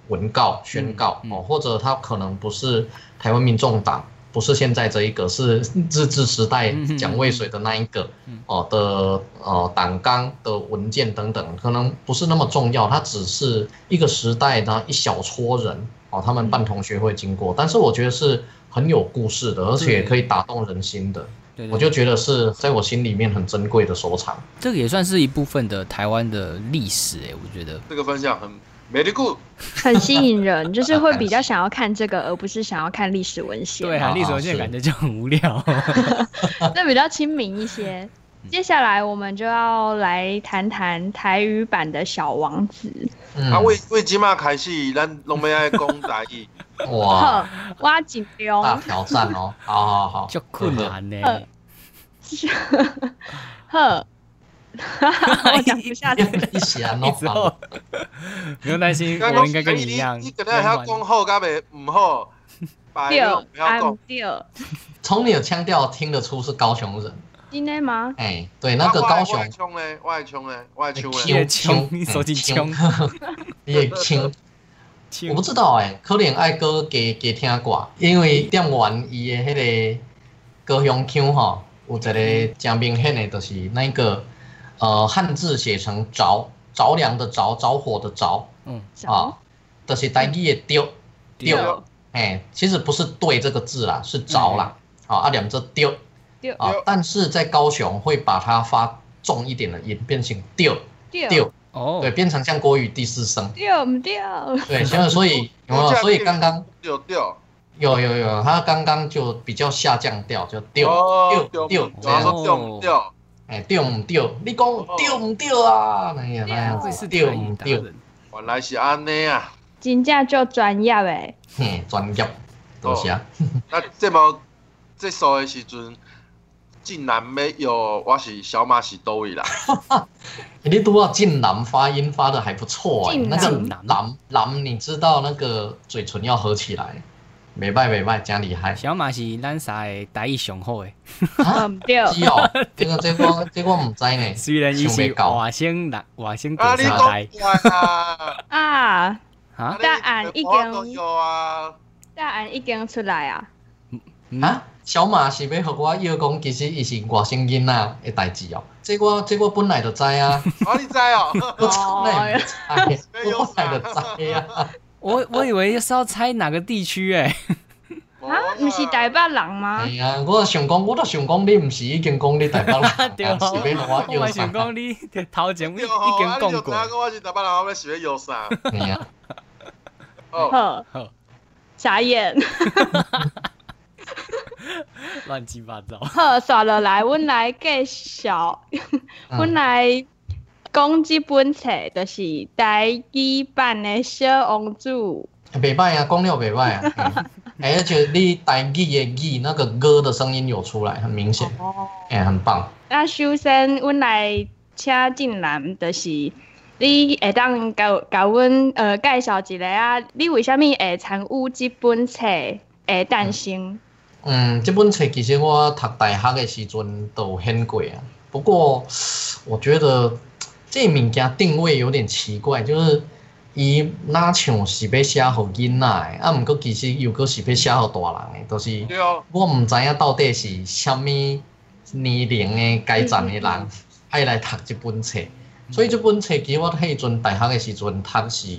A: 文告宣告、
D: 嗯嗯嗯
A: 哦，或者它可能不是台湾民众党。不是现在这一个，是日治时代
D: 嗯嗯嗯
A: 蒋渭水的那一个，哦的呃党纲的文件等等，可能不是那么重要，它只是一个时代的一小撮人哦，他
D: 嗯
A: 们办同学会经过，但是我觉得是很有故事的，而且可以打动人心的，
D: 对对
A: 我就觉得是在我心里面很珍贵的收藏。
D: 这个也算是一部分的台湾的历史哎、我觉得。
B: 这个分享很 very good。
C: 很吸引人，就是会 比较想要看这个，而不是想要看历史文献。
D: 对啊，
A: 啊
D: 历史文献
A: 是
D: 感觉就很无聊。
C: 那比较亲民一些。
A: 嗯
C: 接下来我们就要来谈谈台语版的《小王子
A: 嗯
B: 啊，为为即马开始，咱拢要爱讲台语。
A: 哇，》，
C: 挖井流
A: 大挑战哦，好好好，
D: 就困难呢、欸
A: 嗯
C: 呵，我讲不下去。
A: 一起啊，
D: 一直哦后不用担心，我应该跟你一样。
B: 哎你你可能还要
D: 圆
B: 讲好甲袂唔好，白
C: 对
B: 了不要
C: ，I'm
B: 讲。
C: 对，
A: 从你的腔调听得出是高雄人，
C: 今天吗？
A: 哎、对，那
B: 啊
A: 个高雄
B: 外冲嘞，外冲嘞，外冲
A: 欸
D: 你
B: 嘞。
D: 也穷你手机穷，
A: 你也轻。
D: 环
A: 我不知道哎、可能爱歌加加听过，因为点完伊的迄个高雄腔吼，有一个真明显的，就是那个呃汉字写成着着凉的着，着火的着
D: 嗯，
A: 啊，就是台语的丢
D: 对
A: 丢
D: 啊
C: 对
A: 哎、其实不是对这个字啦，是着啦，好啊两只丢
C: 对
A: 啊
B: 对，
A: 但是在高雄会把它发重一点的音，变成丢
C: 对
A: 丢，
D: 哦，
A: 对，变成像国语第四声，
C: 对唔对？
A: 对，所以所以有没有？所以刚刚。
B: 丢掉。
A: 有有有，他刚刚就比较下降调，就丢
B: 哦
A: 丢
B: 丢
A: 丢，
B: 然后说
D: 这
B: 丢
D: 样
B: 唔掉，哦
A: 哎丢唔丢？你讲丢唔丢啊？那样那样
D: 这
A: 子
D: 是
A: 丢
D: 台
A: 唔
D: 语达
A: 丢？
D: 人。
B: 原来是安尼啊。
C: 真正就专业诶，
A: 嘿，专业，啊多谢。
B: 哦那这么这首的时阵，竟然没有，我是小马是多位啦。
A: 哎你都要晋南发音发的还不错哎，
C: 晋
A: 那
C: 南
A: 个
D: 晋南。
A: 南南，你知道那个嘴唇要合起来，没拜没拜，真厉害
D: 小马是咱啥的台语欸雄厚的，
A: 啊，
C: 嗯对，
A: 是哦，这个这个这个唔知呢，
D: 虽然伊
A: 想
D: 是
A: 袂到
D: 外省人，外省
B: 啊，
D: 第
B: 你
D: 三
B: 讲
D: 代
B: 怪啊！
C: 啊，
D: 啊
B: 啊，
C: 答案
B: 你
C: 已经
B: 我都有啊。
C: 答案已经出来啊，
D: 嗯
A: 啊，小马是要和我要讲，其实伊是外省囡仔的代志哦。这我这我本来就知啊。
B: 哦，你知哦。
A: 我从来不猜，我后来就猜呀、
D: 我我以为是要猜哪个地区哎，
C: 啊，唔是台
B: 哦
C: 北人吗
A: 哎？呀，我想讲，我都想讲，你唔是已经讲你台北人
D: 对
A: 啊，
D: 啊
A: 是要让我
D: 我
A: 摇
D: 嘛
A: 啥
D: 想？讲你头前已
B: 对
D: 经
B: 哦啊你
D: 讲
B: 就知影
D: 过，
B: 讲我是台北人，我要喜欢摇啥？
A: 哎呀，
B: 哦，
C: 呵，
D: 好
C: 傻眼，
D: 乱七八糟。
C: 呵，耍落来，阮来介绍，阮
A: 嗯
C: 来讲这本册，就是台语版的《小王子》。
A: 袂歹啊，讲了袂歹啊。嗯哎，而且你台语的语那个歌的声音有出来，很明显，
C: 哦，
A: 哎，很棒。
C: 那啊首先，阮来请进南，就是你会当甲甲阮呃介绍一个啊，你为虾米会参与这本册的诞生？
A: 嗯，这本册其实我读大学的时阵都有很过啊。不过我觉得这物件定位有点奇怪，就是伊哪像是要写互囡仔的，啊，毋过其实又搁是要写互大人的，就是
B: 对哦，
A: 我毋知影到底是啥物年龄的阶层的人爱来读这本册。所以这本册其实我迄阵大学的时阵读是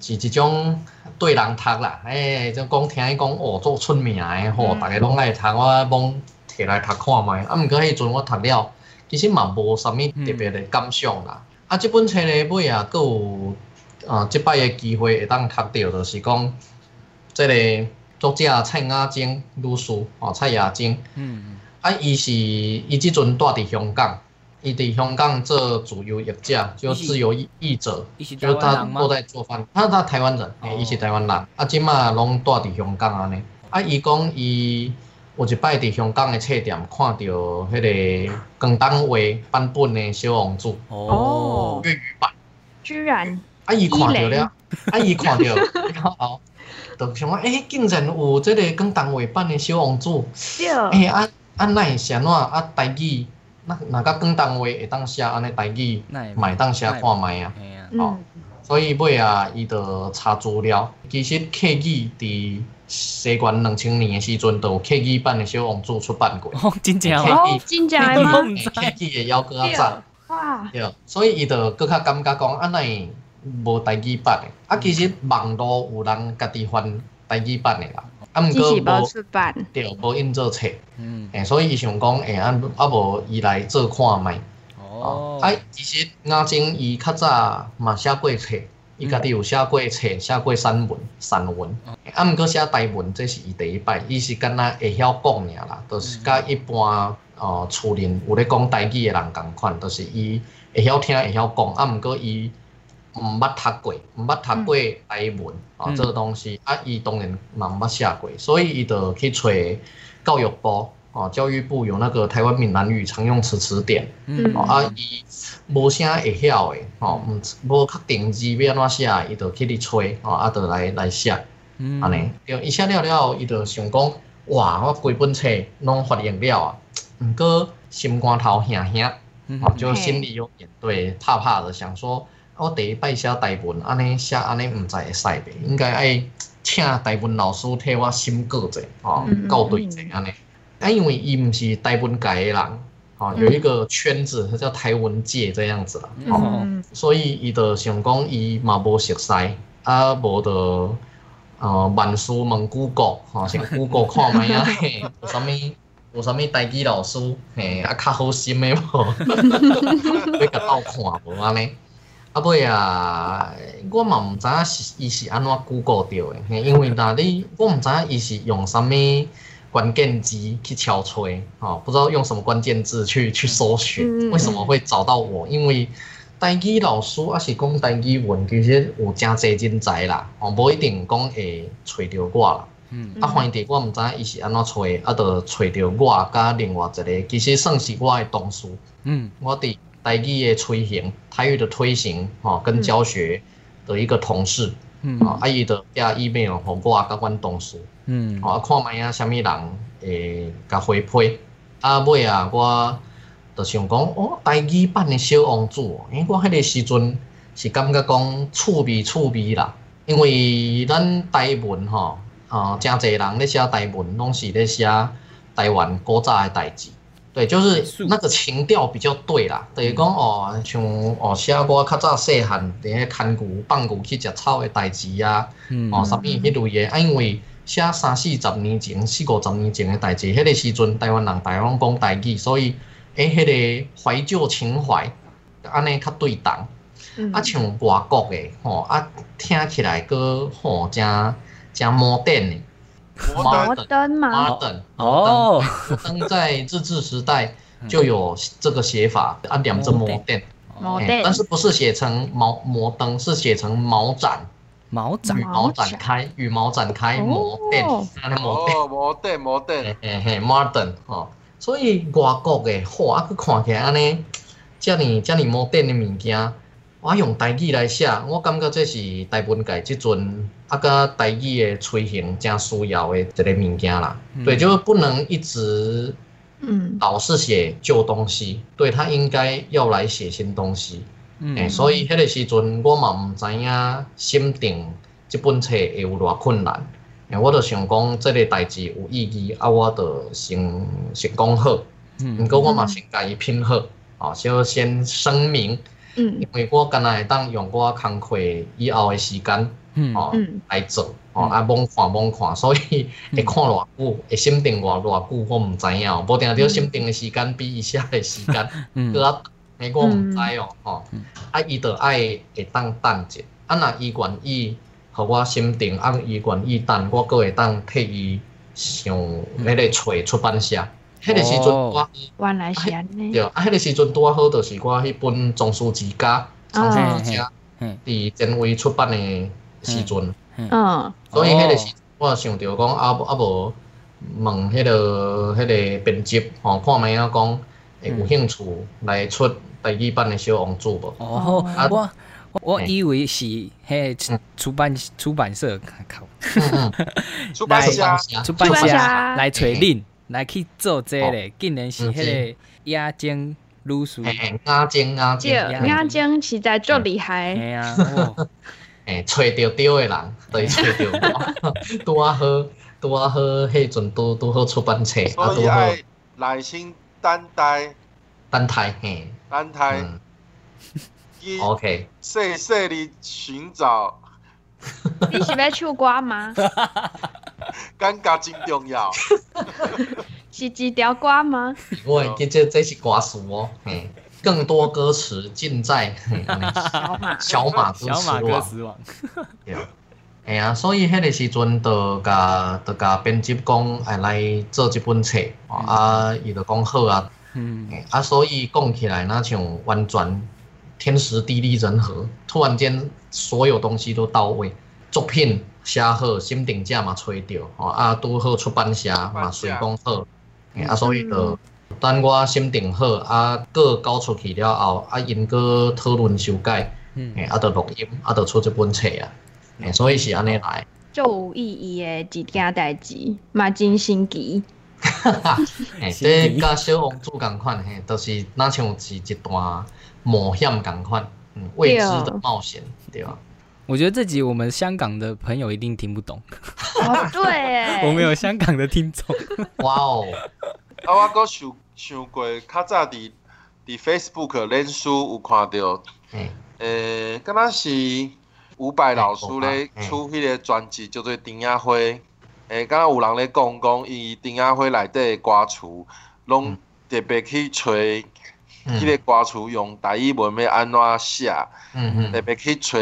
A: 是一种对人读啦，哎、就讲听伊讲哦，做出名的吼，
C: 嗯
A: 逐个拢爱读，我罔摕来读看觅。啊，毋过迄阵我读了，其实嘛无啥物特别的感想啦。啊，即本册咧尾啊，佫有啊，即摆的机会会当读到，就是讲即、个作者蔡雅晶女士哦，蔡雅晶。
D: 嗯
A: 啊，伊是伊即阵住伫香港，伊伫香港做自由业者，就自由译者，
D: 伊是台
A: 就是
D: 湾
A: 他
D: 人吗哦
A: 都？在做饭。他他台湾人，诶、伊是台湾人，啊，即马拢住伫香港安尼。啊，伊讲伊有一摆伫香港的册店看到迄个广东话版本的《小王子》
D: 哦
C: 哦，
A: 粤语版，
C: 居然，
A: 啊，伊看
C: 伊
A: 到
C: 嘞
A: 了，啊，伊看 到了后，就想讲，诶、竟然有即个广东话版的《小王子》。
D: 哦
C: 对，
A: 诶、啊啊，那会是安怎啊？台语，那若甲广东话会当写安尼台语，
D: 那也
A: 嘛会当写看觅啊。
D: 哎呀，
A: 哦
C: 嗯，
A: 所以尾啊，伊就查资料。其实客语伫西元两千年诶时阵，就有客语版诶《小王子》出版 过。
D: 哦，真正
A: 嘿
D: 哦，
C: 哦，真正的
D: 我
C: 吗？
A: 诶
D: 唔知啊
A: 客语诶犹搁较
C: 对
A: 早，
C: 哇，
A: 对。啊所以伊就搁较感觉讲，安尼无台语版诶。
D: 嗯
A: 啊，其实网络有人家己翻台语版诶啦，啊，毋
C: 只
A: 过
C: 是无
A: 无
C: 出版，
A: 对，无印做册。
D: 嗯，
A: 诶、所以伊想讲，诶、啊啊无伊来做看卖。哦，，
D: 哦
A: 啊，其实雅晶伊较早嘛写过册，伊家己有写过册，写过散文、散文。啊，毋过写台文，这是伊第一摆，伊是敢若会晓讲尔啦，就是甲一般哦厝人有咧讲台语诶人共款，就是伊会晓听、会晓讲，啊，毋过伊毋捌读过，毋捌读过台文哦，
D: 嗯
A: 这个东西，啊，伊当然嘛毋捌写过，所以伊就去找教育部。哦，教育部有那个台湾闽南语常用词词典，
D: 嗯
A: 哦，啊，伊无啥会晓的，哦，毋无确定字要安怎写，伊就去咧吹，哦，啊，就来来写，
D: 嗯
A: 安尼，对，伊写了了后，伊就想讲，哇，我规本册拢发现了啊，毋过心肝头兄兄，
D: 嗯
A: 哦，就心里有点对，怕怕的，想说，啊我第一摆写台文，安尼写安尼，毋知会使袂，应该爱请台文老师替我审过者，哦
C: 嗯，
A: 校对者安尼，啊，因为伊毋是台文界的人。哦，有一个圈子，它叫台文界这样子啦。哦，
C: 嗯嗯，
A: 所以伊就想讲，伊嘛无熟悉，啊无就呃万事问 Google，吼、先 Google 看卖啊，嘿，有啥物有啥物代志老师，嘿，啊较好心的无，要甲斗看无安尼。啊尾啊，我嘛毋知影是伊是安怎 Google 到的，嘿，因为若你我毋知影伊是用啥物关键字去敲锤，哦，不知道用什么关键字去去搜寻，
C: 嗯
A: 为什么会找到我？因为台语老师啊是讲台语文，其实有真侪人才啦，哦，无一定讲会找着我啦。
D: 嗯
A: 啊，反正我毋知伊是安怎找的，啊，就找着我甲另外一个，其实算是我的同事。
D: 嗯
A: 我伫台语的推行，台语的推行，吼、跟教学的一个同事，
D: 嗯
A: 哦，啊，伊就寄 email 互我甲阮同事，
D: 嗯
A: 哦，啊看卖啊，啥物人会甲回批。啊，尾啊，我就想讲，哦，台语版的小王子哦，因为我迄个时阵是感觉讲趣味趣味啦，因为咱台文吼，啊，真侪人咧写台文，拢是咧写台湾古早的代志。对，就是那个情调比较对啦，就是讲哦，像哦写我较早细汉伫咧牵牛放牛去食草的代志啊，
D: 嗯
A: 哦，啥物迄类的，啊，因为写三四十年前、四五十年前的代志，迄个时阵台湾人大拢讲台语，所以诶，迄、个怀旧情怀，安尼较对档。
C: 嗯
A: 啊，像外国的吼、啊，听起来个吼诚诚摩登的，
B: 摩登
C: 摩登吗？
A: 摩登，摩
D: 哦，
A: 登，摩登在日治时代嗯就有这个写法，啊，念着摩
D: 摩
A: 登，
D: 嗯
C: 摩
A: 嘿
C: 登
A: 但是不是写成毛摩登，是写成毛展。
D: 毛
A: 羽
D: 展
A: 毛展开，羽毛展开，
C: 哦
A: 毛变，啊，毛变，
B: 哦，摩登摩登
A: 嘿，嘿嘿，modern 哦。所以外国的吼啊，佮看起来安尼，遮尔遮尔毛变的物件，我用台语来写，我感觉这是台文界即阵啊，甲台语的推行正需要的一个物件啦。
D: 嗯
A: 对，就是不能一直
C: 嗯，
A: 老是写旧东西，对他应该要来写新东西。诶、
D: 嗯
A: 哎所以迄个时阵我嘛毋知影审定即本册会有偌困难，诶、我就想讲即个代志有意义，啊，我就先先讲好，毋
D: 嗯
A: 过我嘛先甲伊拼好，哦，就先声明，
C: 嗯
A: 因为我干那会当用我工课以后的时间
D: 嗯
A: 哦
C: 嗯
A: 来做哦，
D: 嗯
A: 啊罔看罔看，所以
D: 嗯
A: 会看偌久，会心定偌偌久，我毋知影哦，无定着心定的时间比伊写的时间
D: 嗯
A: 搁较长，我毋知哦，吼
D: 嗯，
A: 啊伊着爱会当等者，啊若伊愿意，互我心定，啊伊愿意等，我搁会当替伊想迄个揣出版社，迄个时阵
D: 哦
A: 我。
C: 原来是安尼
A: 对，，啊，迄个时阵拄啊好，就是我迄本《藏书之家》藏书之家
D: 嗯》
A: 伫前卫出版的时阵，
C: 嗯
A: 所以
D: 哦
A: 迄个时阵我想着讲啊啊无问迄个迄个编辑吼，看卖啊讲会
D: 嗯
A: 有兴趣来出第二版的小王子 无？
D: 哦，
A: 啊
D: 我我我
A: 嘿
D: 以为是嘿出
A: 嗯
D: 出版出版社靠
A: 嗯嗯
B: 出版社啊
A: 出版
C: 出
D: 哎出版社
C: 版社
D: 来找
A: 啊嘿嘿哦
D: 恁来去做这个嘞，竟然是迄个亚精女士，
A: 嘿嘿，眼睛眼睛
C: 对，，
D: 嗯
C: 眼睛实在足厉害，
D: 嘿 啊，哦
A: 嘿，揣着对的人，就是揣着 我，拄啊好，拄啊好，迄阵拄拄好出版社，啊
B: 所
A: 拄
B: 以
A: 好
B: 爱耐心等待
A: 等待嘿，
B: 等待，
A: 嗯
B: 去
A: ，OK。
B: 细细地寻找，
C: 你是要唱歌吗？
B: 感觉真 重要。啊
C: 是一条歌吗？
A: 我会记这这是歌词哦，嘿，更多歌词尽在 嘿安尼
C: 小
A: 小马
C: 马，
A: 哥
D: 小马哥
A: 词啊
D: 死亡，
A: 对，哎呀，所以迄个时阵，就甲就甲编辑讲，哎来做一本册，哦
D: 嗯
A: 啊，伊就讲好啊，
D: 嗯
A: 嘿啊，所以讲起来那像完全天时地利人和，突然间所有东西都到位，作品写好，心定价嘛吹着，哦啊，拄好出版社嘛随讲好，嘿啊，所以就等我心定好，啊，个交出去了后，啊，因个讨论修改，嘿，
D: 嗯，
A: 啊，就录音，啊，就出这本册啊，嘿，所以是安尼来。
C: 足有意义的一件代志，嘛真新奇。
A: 嘿，
D: 是的
A: 这甲哎小王子共款，嘿，就是若像是一段冒险共款，嗯，未知的冒险，对吧？
D: 我觉得这集我们香港的朋友一定听不懂，
C: 哦，对耶，
D: 我们有香港的听 众，
A: 哇哦，
B: 啊，我阁想想过，较早伫伫 Facebook 脸书有看到，
A: 嘿，
B: 诶、呃敢若是伍佰老师咧
A: 嗯
B: 出迄个专辑叫做《丁亚辉》，诶、敢若有人咧讲讲，伊丁亚辉内底的歌词，拢
A: 嗯
B: 特别去找迄个
A: 嗯
B: 歌词用台语文要安怎写，
A: 嗯
B: 特
A: 嗯，
B: 别去找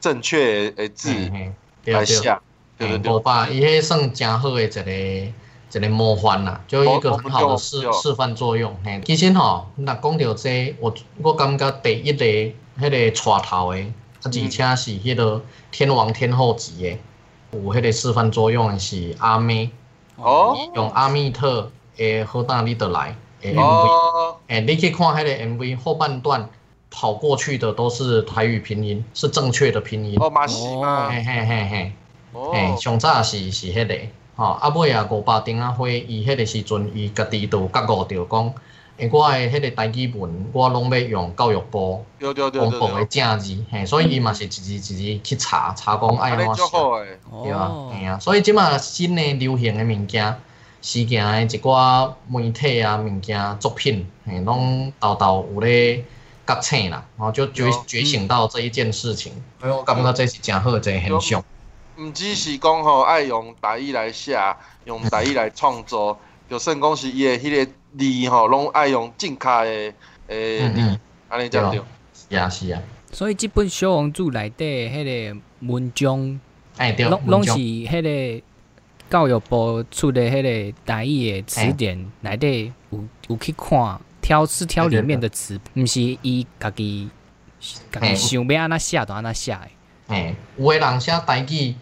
B: 正确的的字
A: 嘿嘿
B: 来
A: 嗯对对，
B: 写，对对
A: 嗯
B: 对
A: 无。吧，伊迄算诚好的一个一个模范啦，就一
B: 哦
A: 个很好的示
B: 对对
A: 示范作用。嘿，其实吼，若讲到这我我感觉第一个迄个带头的，啊，而且是迄个天王天后级的，有迄个示范作用的是阿妹。
B: 哦
A: 用阿密特诶好大力的来诶 MV，
B: 哦，
A: 诶、你去看迄个 MV 后半段跑过去的都是台语拼音，是正确的拼音。
B: 哦，嘛是嘛，
A: 嘿嘿嘿嘿，嘿，
B: 哦，
A: 上早是是迄、个，吼、啊尾啊五百顶啊花，伊迄个时阵伊家己都觉悟着讲，诶、我诶迄个台语文我拢要用教育部
B: 对对对
A: 公
B: 对
A: 布诶
B: 对，
A: 正字，嘿，所以伊嘛是一字一字去查查哎讲爱
B: 安尼
A: 怎写。
B: 足啊好诶，
A: 对啊，
D: 哦
A: 嘿，啊，所以即马新的流行的物件、事件的一寡媒体啊、物件作品，嘿，拢豆豆有咧觉醒啦，然后就觉
B: 对
D: 哦
A: 觉醒到这一件事情，所以哎我感觉这是真好的一个现象。
B: 毋只是讲吼爱用台语来写，用台语来创作，
A: 嗯
B: 就算讲是伊诶迄个字吼，拢爱用正确诶诶
A: 嗯嗯
B: 字，，安尼才对
A: 对。是啊是啊，
D: 所以这本小王子内底迄个文章，
A: 哎对，
D: 拢拢
A: 文
D: 是
A: 章
D: 迄个教育部出的迄个台语的词典
A: 哎
D: 内底有有去看，挑是挑里面的词，毋是伊家己家己
A: 嘿
D: 想要安那写就安那 写的。
A: 嘿，有的人写台语，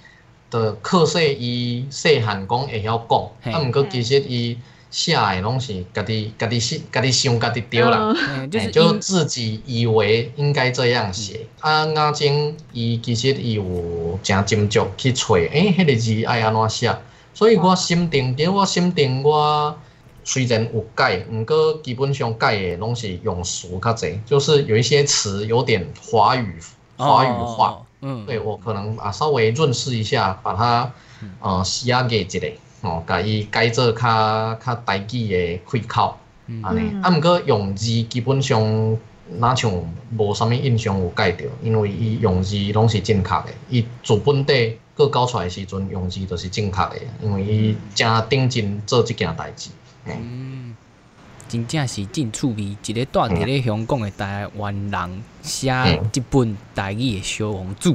A: 就靠说伊细汉讲会晓
D: 嘿
A: 讲，啊，毋过其实伊写的拢是家己家己想家己想家己对啦。
C: 嗯，
D: 嗯，就是
A: 欸就
D: 因嗯
A: 自己以为应该这样写。啊，眼睛伊其实伊有诚斟酌去找，诶、迄、个字爱安怎写。所以我心定，其实我心定我虽然有改，毋过基本上改的拢是用词较济，就是有一些词有点华语华语化。，
D: 哦哦哦嗯，
A: 对我可能啊稍微润饰一下，把它
D: 嗯
A: 呃写给一下，哦，甲伊改做较较台语的开口。
D: 嗯
A: 安尼，
C: 嗯
A: 啊，毋过用字基本上哪像无啥物印象有改掉，因为伊用字拢是正确的，伊自本地佮搞出来的时阵用字就是正确的，啊因为伊正顶真做即件代志。
D: 嗯，真正是真趣味，一个住伫
A: 哎
D: 咧香港的台湾人写一本台语的小王子，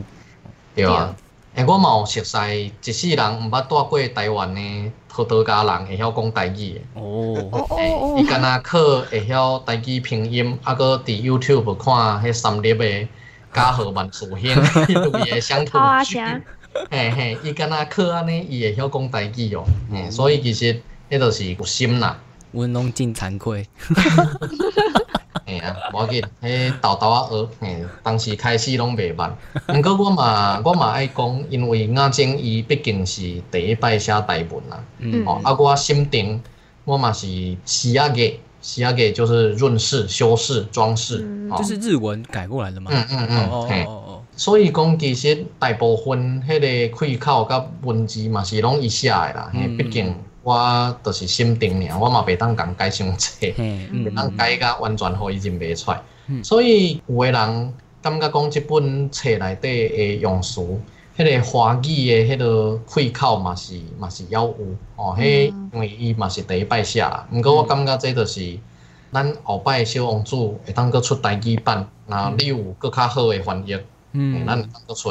A: 对啊，诶、我嘛有熟悉一世人毋捌带过台湾的葡萄牙人会晓讲台语的。
D: 哦，
C: 哦
A: 诶
C: 哦
A: 伊敢若课会晓台语拼音，啊，搁伫 YouTube 看迄三立的家和万寿 兴迄类的乡土
C: 好啊
A: 剧
C: 啥，
A: 嘿嘿，伊敢若课安尼，伊会晓讲台语哦，嘿，所以其实迄著是有心啦，
D: 阮拢真惭愧。
A: 嘿啊，无要紧，迄豆豆啊学，嘿，当时开始拢袂慢，毋过我嘛我嘛爱讲，因为雅静伊毕竟是第一摆写台文啦。
D: 嗯，
A: 哦，啊，我心顶我嘛是西亚给，西亚给就是润饰、修饰、装饰，
C: 嗯
A: 哦
D: 就是日文改过来的嘛。
A: 嗯嗯
D: 哦
A: 嗯，
D: 哦
A: 嘿
D: 哦哦，
A: 所以讲其实大部分迄个开口甲文字嘛是拢伊写的啦，嘿、
D: 嗯
A: 毕竟我就是心顶尔，我嘛袂当共改伤济，
D: 嘿，嗯
A: 袂
D: 嗯
A: 当
D: 嗯
A: 改甲完全互伊认袂出来，
D: 嗯
A: 所以有诶人感觉讲即本册内底诶用词。迄个华语的迄个开口嘛是嘛是要有哦，迄、
C: 嗯
A: 因为伊嘛是第一摆写啦。毋过我感觉这就是咱后摆小王子会当佫出台语版，若你有佫较好的翻译，嘿
D: 嗯，
A: 咱会当佫出。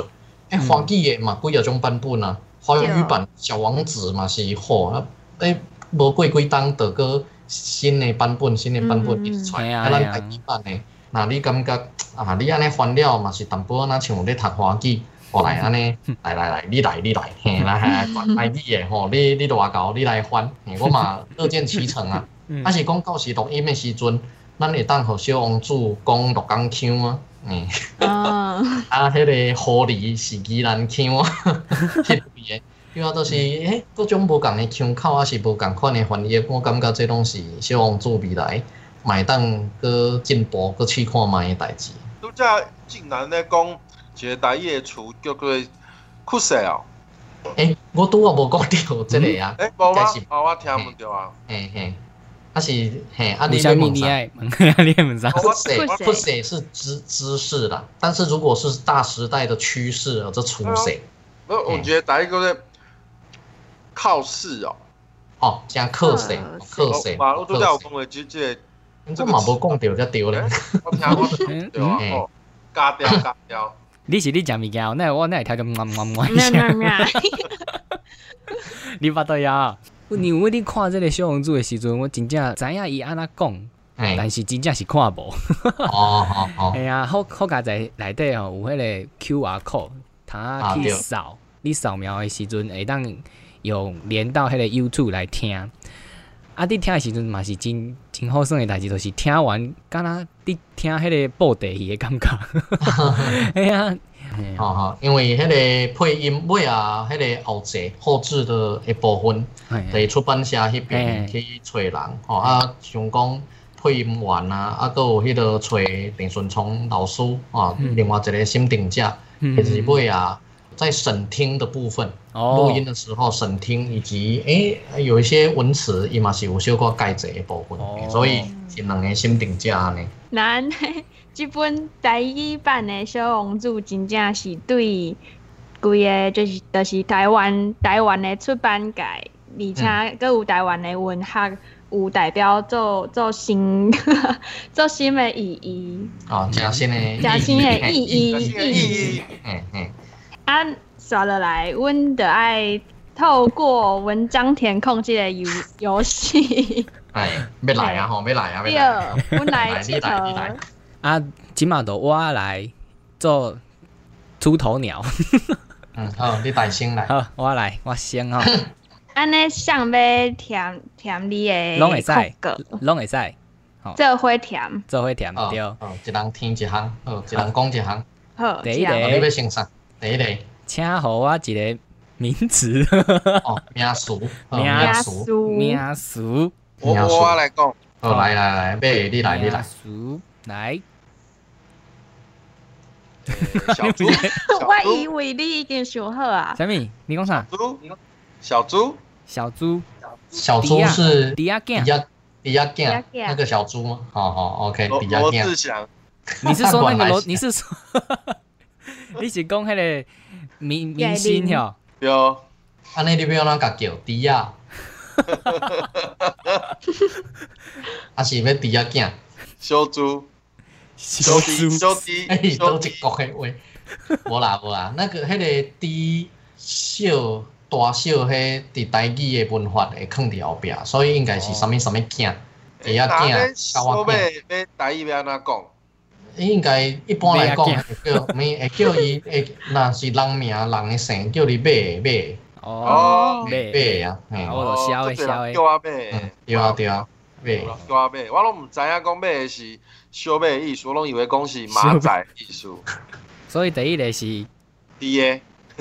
A: 哎诶、华语的嘛几啊种版本啊，华语版《小王子》嘛是好啊，诶、无过几冬就佫新的版本，新的版本一直出
D: 嗯嗯
A: 来，啊，
D: 嗯
A: 咱台语版的。那你感觉啊，你安尼翻了嘛是淡薄仔若像有咧读华语，吼来安尼，来来来，你来你来，嘿，来来来，来你诶吼，你你偌搞，你来翻，嘿，我嘛乐见其成啊。
D: 嗯
A: 啊是讲到时录音诶时阵，咱会当互小王子讲六港腔啊，嗯，
C: 啊，
A: 啊，迄个狐狸是宜兰腔啊， 迄类诶。因为都是诶，各种无共诶腔口啊，是无共款诶翻译，我感觉这拢是小王子未来买当搁进步搁试看卖诶代志。
B: 拄则竟然咧讲一个台语的词叫做酷色哦，
A: 诶、我拄啊无讲到即个啊，
B: 诶，无吗
A: 这是？
B: 啊，我听毋到啊。
A: 嘿嘿，啊是嘿，啊
D: 为
A: 你
D: 什
A: 要
D: 么
A: 问
D: 你
A: 啥？
D: 爱 你爱问啥？
B: 哦
A: 不
B: 我
A: 写
C: 不写
A: 不写是知知识啦，但是如果是大时代的趋势啊，这出写
B: 我
A: 嗯
B: 我觉得台语叫做靠势哦，
A: 哦，加课写
C: 嗯
A: 课
B: 我
A: 写
B: 嘛，我拄则有
A: 课
B: 讲的即即个，
A: 写，这嘛无讲到才对咧
B: 诶。，我听我听唔到啊，
A: 嗯
B: 哦，加掉加掉，
D: 你是你食物件，那我那会听到嗡嗡嗡一
C: 喵
D: 声。
C: 喵喵，
D: 你捌对啊？你我你看这个小王子的时阵，我真正知影伊安那讲，
A: 哎，
D: 但是真正是看无。
A: 哦好好，
D: 哎呀，好好佳在内底吼有迄个 Q R code，他
A: 啊
D: 去
A: 对
D: 扫，你扫描的时阵会当用连到迄个 YouTube 来听。啊，你听的时阵嘛是真真好耍的代志，就是听完敢若你听迄个布袋戏的感 觉。哎呀，哎呀
A: 好好，因为迄个配音尾啊，迄个后制后制的一部分。
D: 哎呀
A: 在出版社迄
D: 嘿
A: 边去找人，吼、啊，想讲配音员啊，啊，搁有迄个找郑顺聪老师啊，
D: 嗯
A: 另外一个审定者，
D: 嗯
A: 也是尾啊，在审听的部分，录、
D: 哦
A: 音的时候审听以及诶、有一些文词，伊嘛是有小可改一的部分，
D: 哦
A: 所以是两个审定者安尼。
C: 咱即本台语版的小王子真正是对规个就是就是台湾台湾的出版界，而
A: 嗯
C: 且佫有台湾的文学有代表做做新 做新的意义，
A: 啊，加新的意义，
C: 加新的意义
B: 加新的意义，
A: 嘿，嘿嘿，
C: 啊，刷落来，阮就爱透过文章填空即个游游戏，
A: 哎，要来啊吼，要来啊，要
C: 对，
A: 来啊，
C: 阮来
A: 你
C: 佚
A: 来，你来
C: 佗。。
D: 啊，即嘛都我来做出头鸟，
A: 嗯，好，你大声来。
D: 好，我来，我先哦吼，
C: 安尼想要填填你的
D: 拢会使
C: 空格，
D: 拢会使
C: 这会填
D: 做伙填
A: 哦
D: 对。
A: 哦，一人听一项，哦，一人讲一项。
C: 好，
D: 第一
A: 啊，
D: 题
C: 填
A: 你要先啥？第一个，
D: 请给我一个名词，
A: 哦，名词，哦
D: 名
A: 名
C: 压
A: 词，
C: 缩
D: 名词，
B: 我
A: 你要
B: 我
A: 说
B: 我来讲，
A: 哦，来来来，贝，你来你
D: 名
A: 来，
D: 词，来，
B: 呃 小猪，
C: 我以
B: 小
C: 为你已经想好啊，
D: 啥物？你讲啥？
B: 猪，小猪，
D: 小猪，
A: 小猪是啊
D: 迪亚
A: 比
D: 囝，
A: 亚比亚
C: 亚
A: 健
C: 健
A: 那个小猪吗？哦哦，OK，
B: 罗
A: 比亚
B: 罗
A: 健？
B: 志祥，
D: 你是说那个楼你是说 你是讲那个明明 星
C: 叶
D: 哟？
B: 有
A: 安尼你不要啊那甲叫猪啊， 啊是要猪啊囝，
B: 修猪、
D: 小
B: 修低、修 低
A: 哎、、欸，
B: 修
A: 都
B: 低
A: 一，国的话， 无啦无啦，那个迄、个猪小大小迄伫台语的文化会藏伫后壁，所以应该
D: 哦
A: 是啥物啥物囝，猪啊
B: 哪
A: 囝狗
B: 边，说
A: 啊囝。
B: 要要台语要安怎讲？
A: 应该一般来讲
D: 马仔
A: 会叫咩？会叫伊会，若是人名人的姓，叫你马的
D: 哦，
B: 哦，
D: 马
A: 马的啊，嘿
D: 好我就消哦的
B: 对
D: 消的
B: 哦叫阿妹
A: 嗯，，对啊对啊，马
B: 叫阿妹，我拢毋知影讲妹是小妹的意思，我拢以为讲是马仔的意思。
D: 所以第一个是
B: 第一，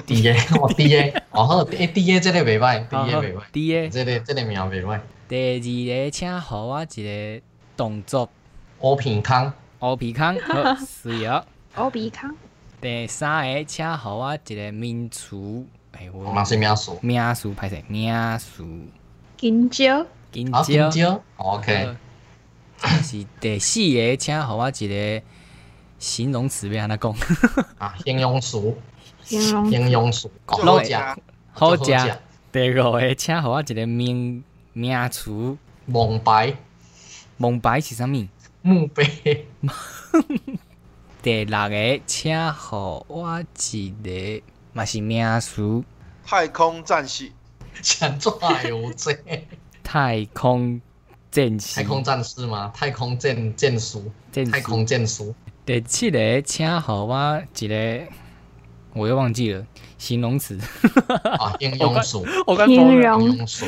A: 猪的， 哦猪的，哦好，诶猪的即个袂歹，猪的袂歹，
D: 第一，
A: 即个即个名袂歹，
D: 第二个请互我一个动作
A: 乌片空，
D: 乌皮 康，好，是哦。
C: 欧比康，
D: 第三个请互我一个名词，哎，我
A: 嘛是名词，
D: 名词歹势，名词
C: 金蕉，
D: 金
A: 好啊金
D: 蕉。嗯
A: 蕉，OK，哦
D: 呃这是第四个，请互我一个形容词，要 安怎讲？
A: 啊形容词，
C: 形容
A: 形容词，
B: 就
A: 好
B: 这啊
A: 食，
B: 样
D: 好
A: 就
D: 食。第五个，请互我一个名名词，
A: 蒙白
D: 蒙白是啥物？
A: 墓碑，
D: 第六个，请互我一个嘛是名词，
B: 太空战士，
A: 想做还有这
D: 太空战士
A: 太。空战士吗？太空剑剑 书，
D: 战士
A: 太空剑 书。
D: 第七个，请互我一个，我又忘记了形容词，
A: 啊，应用 数，
D: 我刚
C: 形
A: 应
C: 容
A: 用数，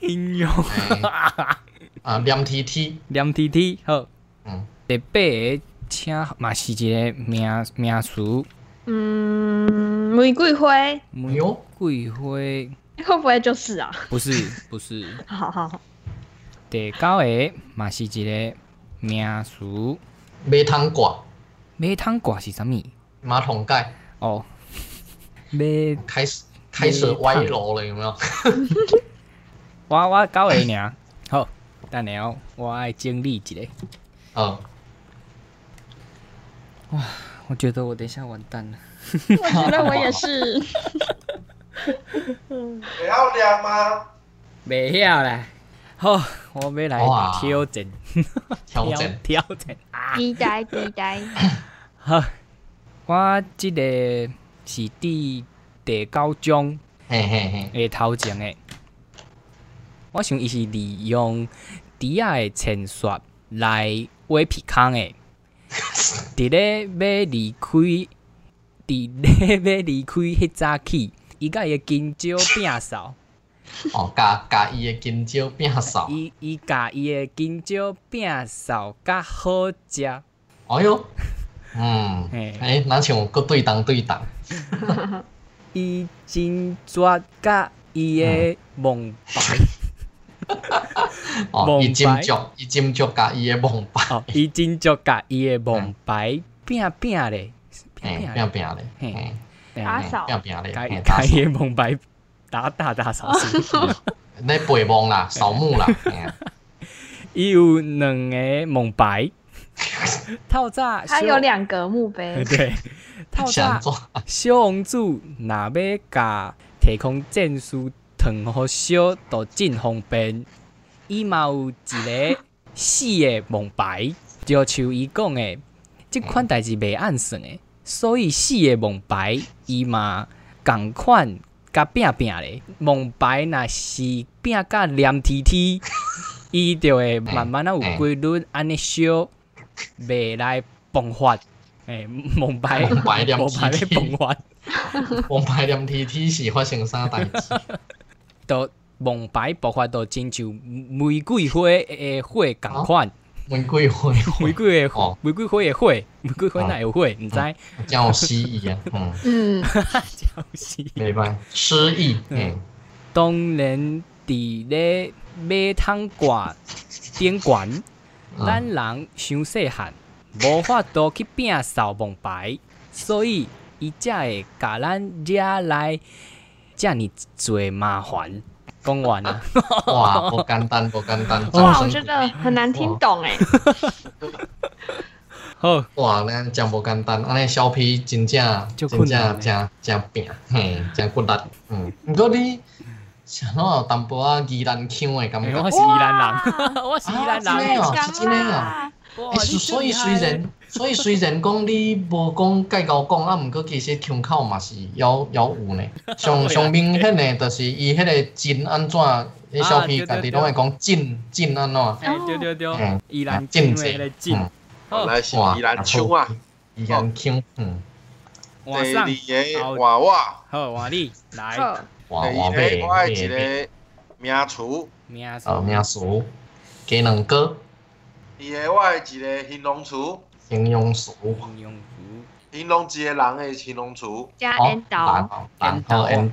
D: 应用
A: 哎啊，黏 T T，
D: 两 T T 好。
A: 嗯，
D: 第八个，请嘛是一个名名词，
C: 嗯，玫瑰花，
A: 哎呦，
D: 桂花。
C: 会不会就是啊？
D: 不是不是，
C: 好好好，
D: 第九个嘛是一个名词，
A: 马桶挂，
D: 马桶挂是啥物？
A: 马桶盖
D: 哦，马
A: 开始开始歪楼了，有 没有？
D: 我我九个尔，好，等下哦，我爱整理一下。
A: 嗯，
D: 我觉得我等一下完蛋了。
C: 我觉得我也 是，
B: 会晓念吗？
D: 袂晓啦，好，我要来
A: 哇
D: 挑战，
A: 调整，
D: 挑战啊！
C: 期待期 待，
D: 好，我即个是第第九章。
A: 嘿嘿嘿，
D: 诶头前诶，我想伊是利用猪仔诶前刷来挖鼻孔诶，伫咧要离开，伫咧要离开迄早起，伊甲伊诶金蕉摒扫，
A: 哦，加加伊的金蕉变 少，
D: 伊伊甲伊诶金蕉摒扫较好食，
A: 哎呦，嗯，
D: 嘿
A: 哎，哪像搁对档对档，
D: 伊真绝甲伊诶梦白。
A: 哦，
D: 蒙
A: 伊金
D: 白
A: 蕉，伊金蕉加伊的蒙白，
D: 哦，伊真足甲伊诶梦白摒摒
A: 哎
D: 咧，
A: 嘿，
D: 摒
A: 变
D: 摒
A: 变嘞，
D: 嘿
A: 嘿，
C: 打
D: 哎
C: 扫
A: 变变嘞，
D: 该
A: 嘿，
D: 该
A: 打扫
D: 也蒙白打打打扫扫，
A: 那背蒙啦，扫墓啦， 嘿啊
D: 伊有两个蒙 白，透早
C: 它有两个墓 碑，
D: 对，透
A: 想
D: 早
A: 做，
D: 小王子若要甲太空战士传互小，都真方便。伊嘛有一个死的蒙白，就像伊讲的，即款代志袂按算的，所以死的蒙白伊嘛共款甲拼拼咧。蒙白若是拼甲黏 T T，伊就会慢慢啊有规律安尼烧，袂来迸发。诶、蒙白，
A: 蒙白黏
D: 蒙白咧
A: TT
D: 迸发。
A: 蒙白念 T T 是发生啥代志？
D: 都蒙白爆发到亲像玫瑰花的花共款，
A: 玫瑰 花，
D: 玫瑰的
A: 哦
D: 玫瑰花的花，玫瑰花哪有花？毋知，
A: 真有诗意啊，嗯，
C: 嗯，
D: 就是
A: 明白，诗意，嗯，
D: 当然伫咧马桶挂 顶悬，咱
A: 嗯，
D: 人伤细汉，无法度去摒扫蒙白，所以伊才会甲咱惹来遮尔多麻烦。讲完啊 了，
A: 哇，
D: 哦
A: 不简单，不简单，
C: 哇，
A: 掌
C: 我
A: 声
C: 觉得很难听懂哎，
D: 好，
A: 哇，那真无简单，安尼小批真正
D: 就
A: 真
D: 困
A: 正
D: 难
A: 真真拼，嘿，真困难。嗯，毋过你像那有淡薄仔疑难腔的感
D: 哎
A: 觉
D: 我。是宜兰人，我是宜
A: 啊
D: 兰
A: 真的。哦是真
C: 太强
D: 人
A: 的哦
C: 啦！
D: 哇
A: 欸
D: 你
A: 所所
D: 真
A: 以
D: 厉害
A: 虽然所以虽然讲你无讲介高讲，啊，毋过其实腔口嘛是有有有 呢。
D: 啊
A: 上上明显的，啊就是伊迄个真安怎，迄小
D: 啊对
A: 批
D: 对
A: 家己拢会讲真真安怎，
D: 哎，对对对
A: 嗯，
D: 宜兰金
A: 真
D: 的
A: 济
D: 来进，
A: 嗯
D: 好，
B: 来是
A: 哇
B: 宜兰秋啊，
A: 伊安腔，嗯，
D: 往
B: 第
D: 上，
B: 二
D: 好
B: 个娃娃，
D: 好，往里来，
C: 好，
A: 哇
B: 第
A: 哇
B: 一
A: 贝
B: 个我爱一
A: 贝，
B: 个名厨，
D: 名字
A: 呃，名词，鸡卵糕，
B: 第二个我爱一个形容词，
A: 形容词，
D: 应用符，
B: 形容一个人的形容词。
C: 加
D: 啊
A: 好
C: N 导，，
A: 然后 N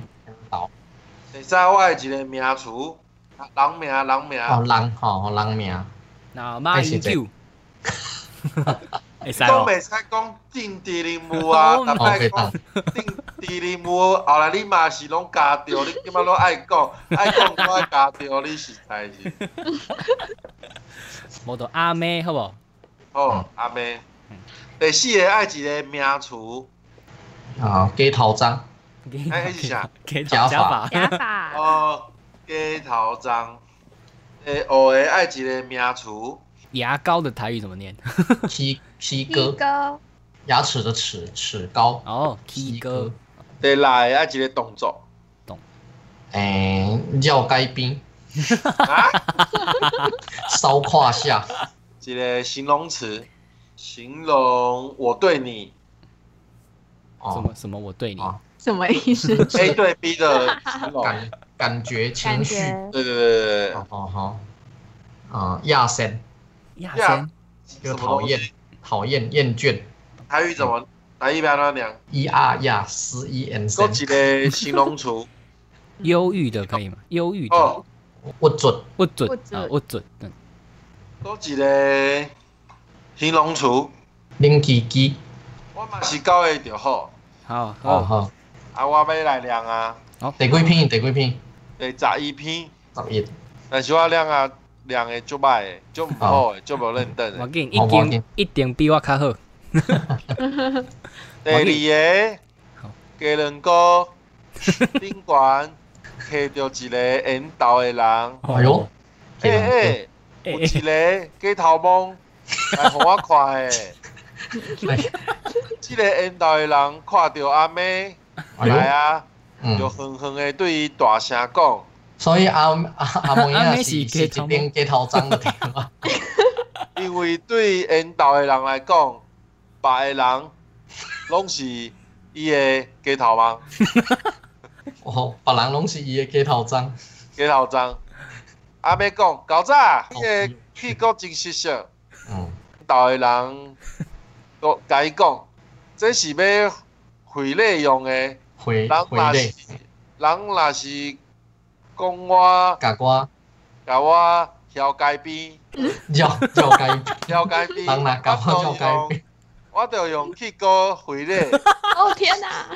A: 导，
B: 第三我的一个名词，人名人名，
A: 哦，人吼，人名，
D: 那马英九， 会 使
B: 都
D: 哦，
B: 袂使讲定地任务啊
D: 我，
B: 但
D: 唔
A: 哦，
B: 摆
A: 对
B: 讲
A: 当，
B: 定地任务，后来你嘛是拢加着，你即摆拢爱讲，爱讲我爱加着，你实在是。
D: 无到阿妹好无？
B: 好
A: 嗯，
B: 阿妹
D: 嗯。
B: 第四个爱一个名词，
A: 啊，鸡头章。
B: 哎是啥？
D: 给
A: 假
D: 法
A: 发，
C: 加法，
B: 哦，街头章。第五个爱一个名词，
D: 牙膏的台语怎么念？
A: T T
C: 一
A: 哥，
C: 哥，
A: 牙齿的齿，齿膏。
D: 哦，K 哥，
B: 第六个爱啊一个动 作。
A: 诶，哎绕街边，
B: 啊，
A: 烧胯下，
B: 一个形容词，形容我对你。
D: 什
A: 哦
D: 么，什么？我对你，
A: 哦
C: 什么意思？
B: A 对 B 的形容，
A: 感感觉
C: 感
A: 情绪，
C: 觉
B: 对对对对
A: 哦哦好，啊，亚森
D: 亚
B: 呀
D: 仙，
B: 对，
A: 就
B: 什么
A: 讨
B: 东
A: 厌嗯
B: 西？，
A: 讨厌，厌倦
B: 台语怎么？台语边那两，
A: ，E R 亚斯 E N
B: 都
A: 森，
B: 一个形容 词
D: 忧郁的可以
A: 嗯
D: 吗？忧郁的，
B: 哦，
A: 不准，
D: 不准
C: 不
D: 啊
C: 准，
D: 不准，嗯
B: 都一个形容词，
A: 零几几，
B: 我嘛是教会就好。
D: 好
A: 哦
D: 好，
A: 好，
B: 啊，我要来念啊，
D: 好，
A: 第几篇？第几篇？
B: 第十一篇，
A: 十一，
B: 但是我念啊，念的足歹的，足毋好的，足无认真
D: 我
B: 的。
D: 见一
A: 好我
D: 定
A: 见
D: 一定比我较好，哦
B: 第二
D: 好
B: 个，鸡 卵糕，顶悬摕着一个缘投的人，
A: 哎呦，
B: 诶诶。
D: 哎，
B: 有
D: 哎
B: 一个鸡头毛来互我 看诶，
A: 哎
B: 即个缘投诶人看到阿妹
A: 哎
B: 来
A: 呦，
B: 啊，就
A: 嗯，
B: 狠狠诶对伊大声讲，
A: 所以阿 阿阿梅
D: 阿
A: 亚
D: 妹
A: 是
D: 是
A: 是
D: 鸡
A: 一
D: 头毛
A: 边鸡头章的啊对吧？
B: 因为对缘投诶人来讲，别诶人拢是伊诶鸡头毛、
A: 哦，别人拢是伊的鸡头章。
B: 鸡头章。阿妹讲，搞早，
A: 哦
B: 伊诶气骨真失色，
A: 嗯，
B: 投诶人都甲伊讲，这是要回礼用诶。
A: 回
B: 人
A: 回
B: 若
A: 礼
B: 是，人若是讲我
A: 甲我
B: 甲我调街边，
A: 绕绕街，
B: 调街 边，
A: 人若甲我
B: 我
A: 绕
B: 就用
A: 街边，
B: 我就用去哥回 礼，
C: 哦天哪！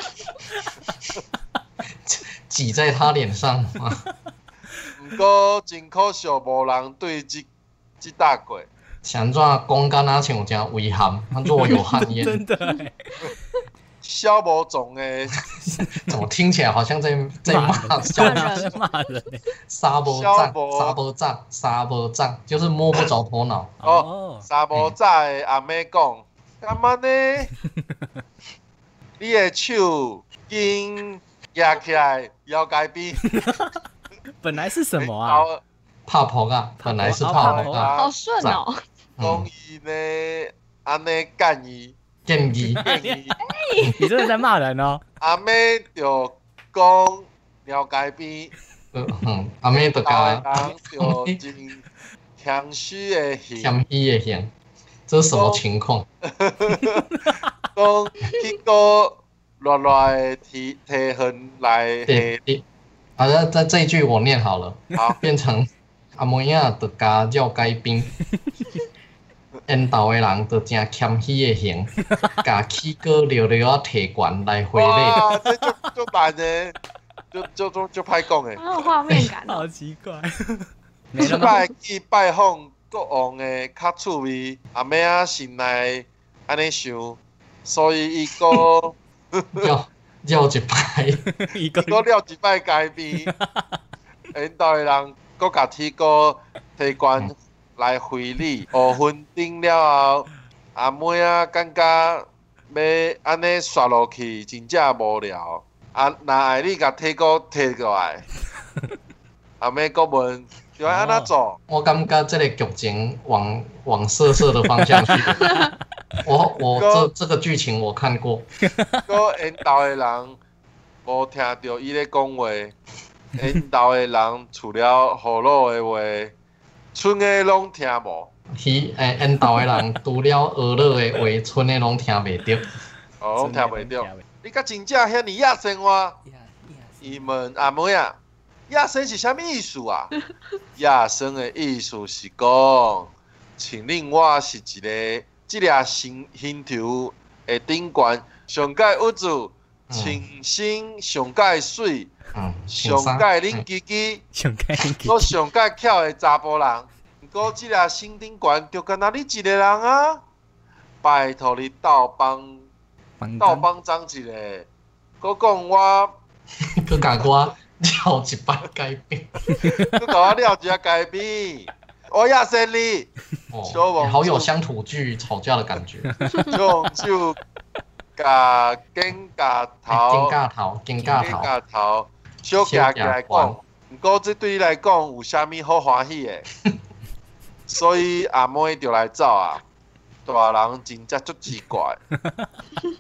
A: 挤在他脸上。
B: 毋过真可惜无人对即即搭过。
A: 想怎讲敢若像真遗憾，若有汗
D: 真
A: 烟，
D: 的哎，
B: 小无总的
A: 怎么听起来好像在在骂小
C: 骂人
D: 骂人哎，
A: 沙波
B: 消
A: 胀
B: 波
A: 沙波胀沙波胀，就是摸不着头脑。
D: 哦，
B: 三无早的阿妹讲，干嘛呢？你的手紧举起来，摇街边，
D: 本来是什么啊？
A: 怕婆啊，本来是
D: 泡
A: 怕
D: 泡
A: 婆
B: 啊
A: 啊，
C: 好顺哦，
B: 讲
A: 嗯，
B: 伊呢安尼干伊，
A: 建议
B: 干伊。
D: 你真的在骂人哦，
B: 阿妹就讲了解边，
A: 呃嗯，阿妹 就
B: 大
A: 甲
B: 家就真谦虚的戏，
A: 嫌伊的嫌，这是什么情况？
B: 讲去个热热的提提痕来
A: 对
B: 戏，
A: 对，好的，在啊这一句我念好了。
B: 好，
A: 变成阿妹仔就加绕街 边，因兜的人就真谦虚的型，甲起哥聊聊啊提悬来回礼，
B: 哇，这就就蛮的，就就就就歹讲的，
C: 好有画面感哦。
D: 好奇怪，没
B: 即
D: 了吗？
B: 摆去拜访国王的较趣味，阿妹啊心内。安尼想，所以伊 个
A: 要要一排，
D: 一个
B: 个了一摆改变，因导的人搁甲铁哥提悬来回礼，五分钟了后，阿妹啊感觉要安尼刷落去真正无聊，啊，若爱你甲铁哥摕过来，阿妹搁问，就要安怎做？
A: 我感觉这个剧情往往色色的方向去。 我我这这个剧情我看过，
B: 个因兜的人无听到伊咧讲话，因兜的人除了好老的话，剩的拢听无。
A: 伊诶，因岛的人除了娱乐的话，剩的拢听袂到。
B: 哦，拢听袂到。。你甲真正遐尼野生活？伊问阿妹啊，野生是啥物意思啊？野生的意思是讲，请令我是一个即粒星星球的顶悬上界宇宙，
A: 嗯
B: 清新上界水，
A: 嗯，
B: 上
A: 请上
B: 界恁叽叽。
D: 想看
B: 我上介巧的查甫人，毋过即个新顶悬就敢若你一个人啊！拜托你倒帮倒
D: 到
B: 帮张一个，佮讲我，
A: 嗯佮甲我跳一摆改变。
B: 佮甲我了一下改变。我也是 你，小
A: 哦，
B: 王
A: 好有
B: 子
A: 乡土剧吵架的感觉。
B: 用手甲肩胛
A: 哎金
B: 头，
A: 架头，金架头，
B: 哎胛头，小行起来讲。毋过这对你来讲有啥物好欢喜 的？所以阿妹就来走啊！大人真正足奇 怪。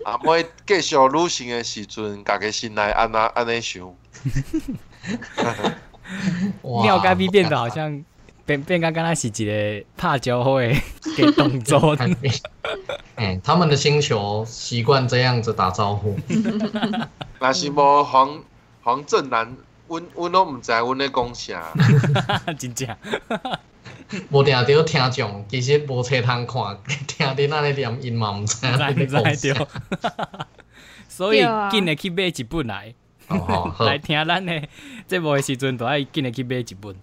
B: 阿妹继续旅行的时阵，家己心内安那安尼想，
A: 哇
D: 尿该逼变得好像变变刚刚那是一个怕交会给动 作。
A: 改变。 哎，他们的星球习惯这样子打招 呼。
B: 若是无黄黄正南，阮阮拢毋知阮咧讲啥。
D: 真正，
A: 无定着听众，其实无册通看， 听恁安尼念音嘛，毋知啊
D: 不
A: 影
D: 知不知对。 所以
C: 对啊
D: 紧的去买一本来，
A: 哦， 好，好
D: 来听咱的节目的时阵，都要紧的去买一本。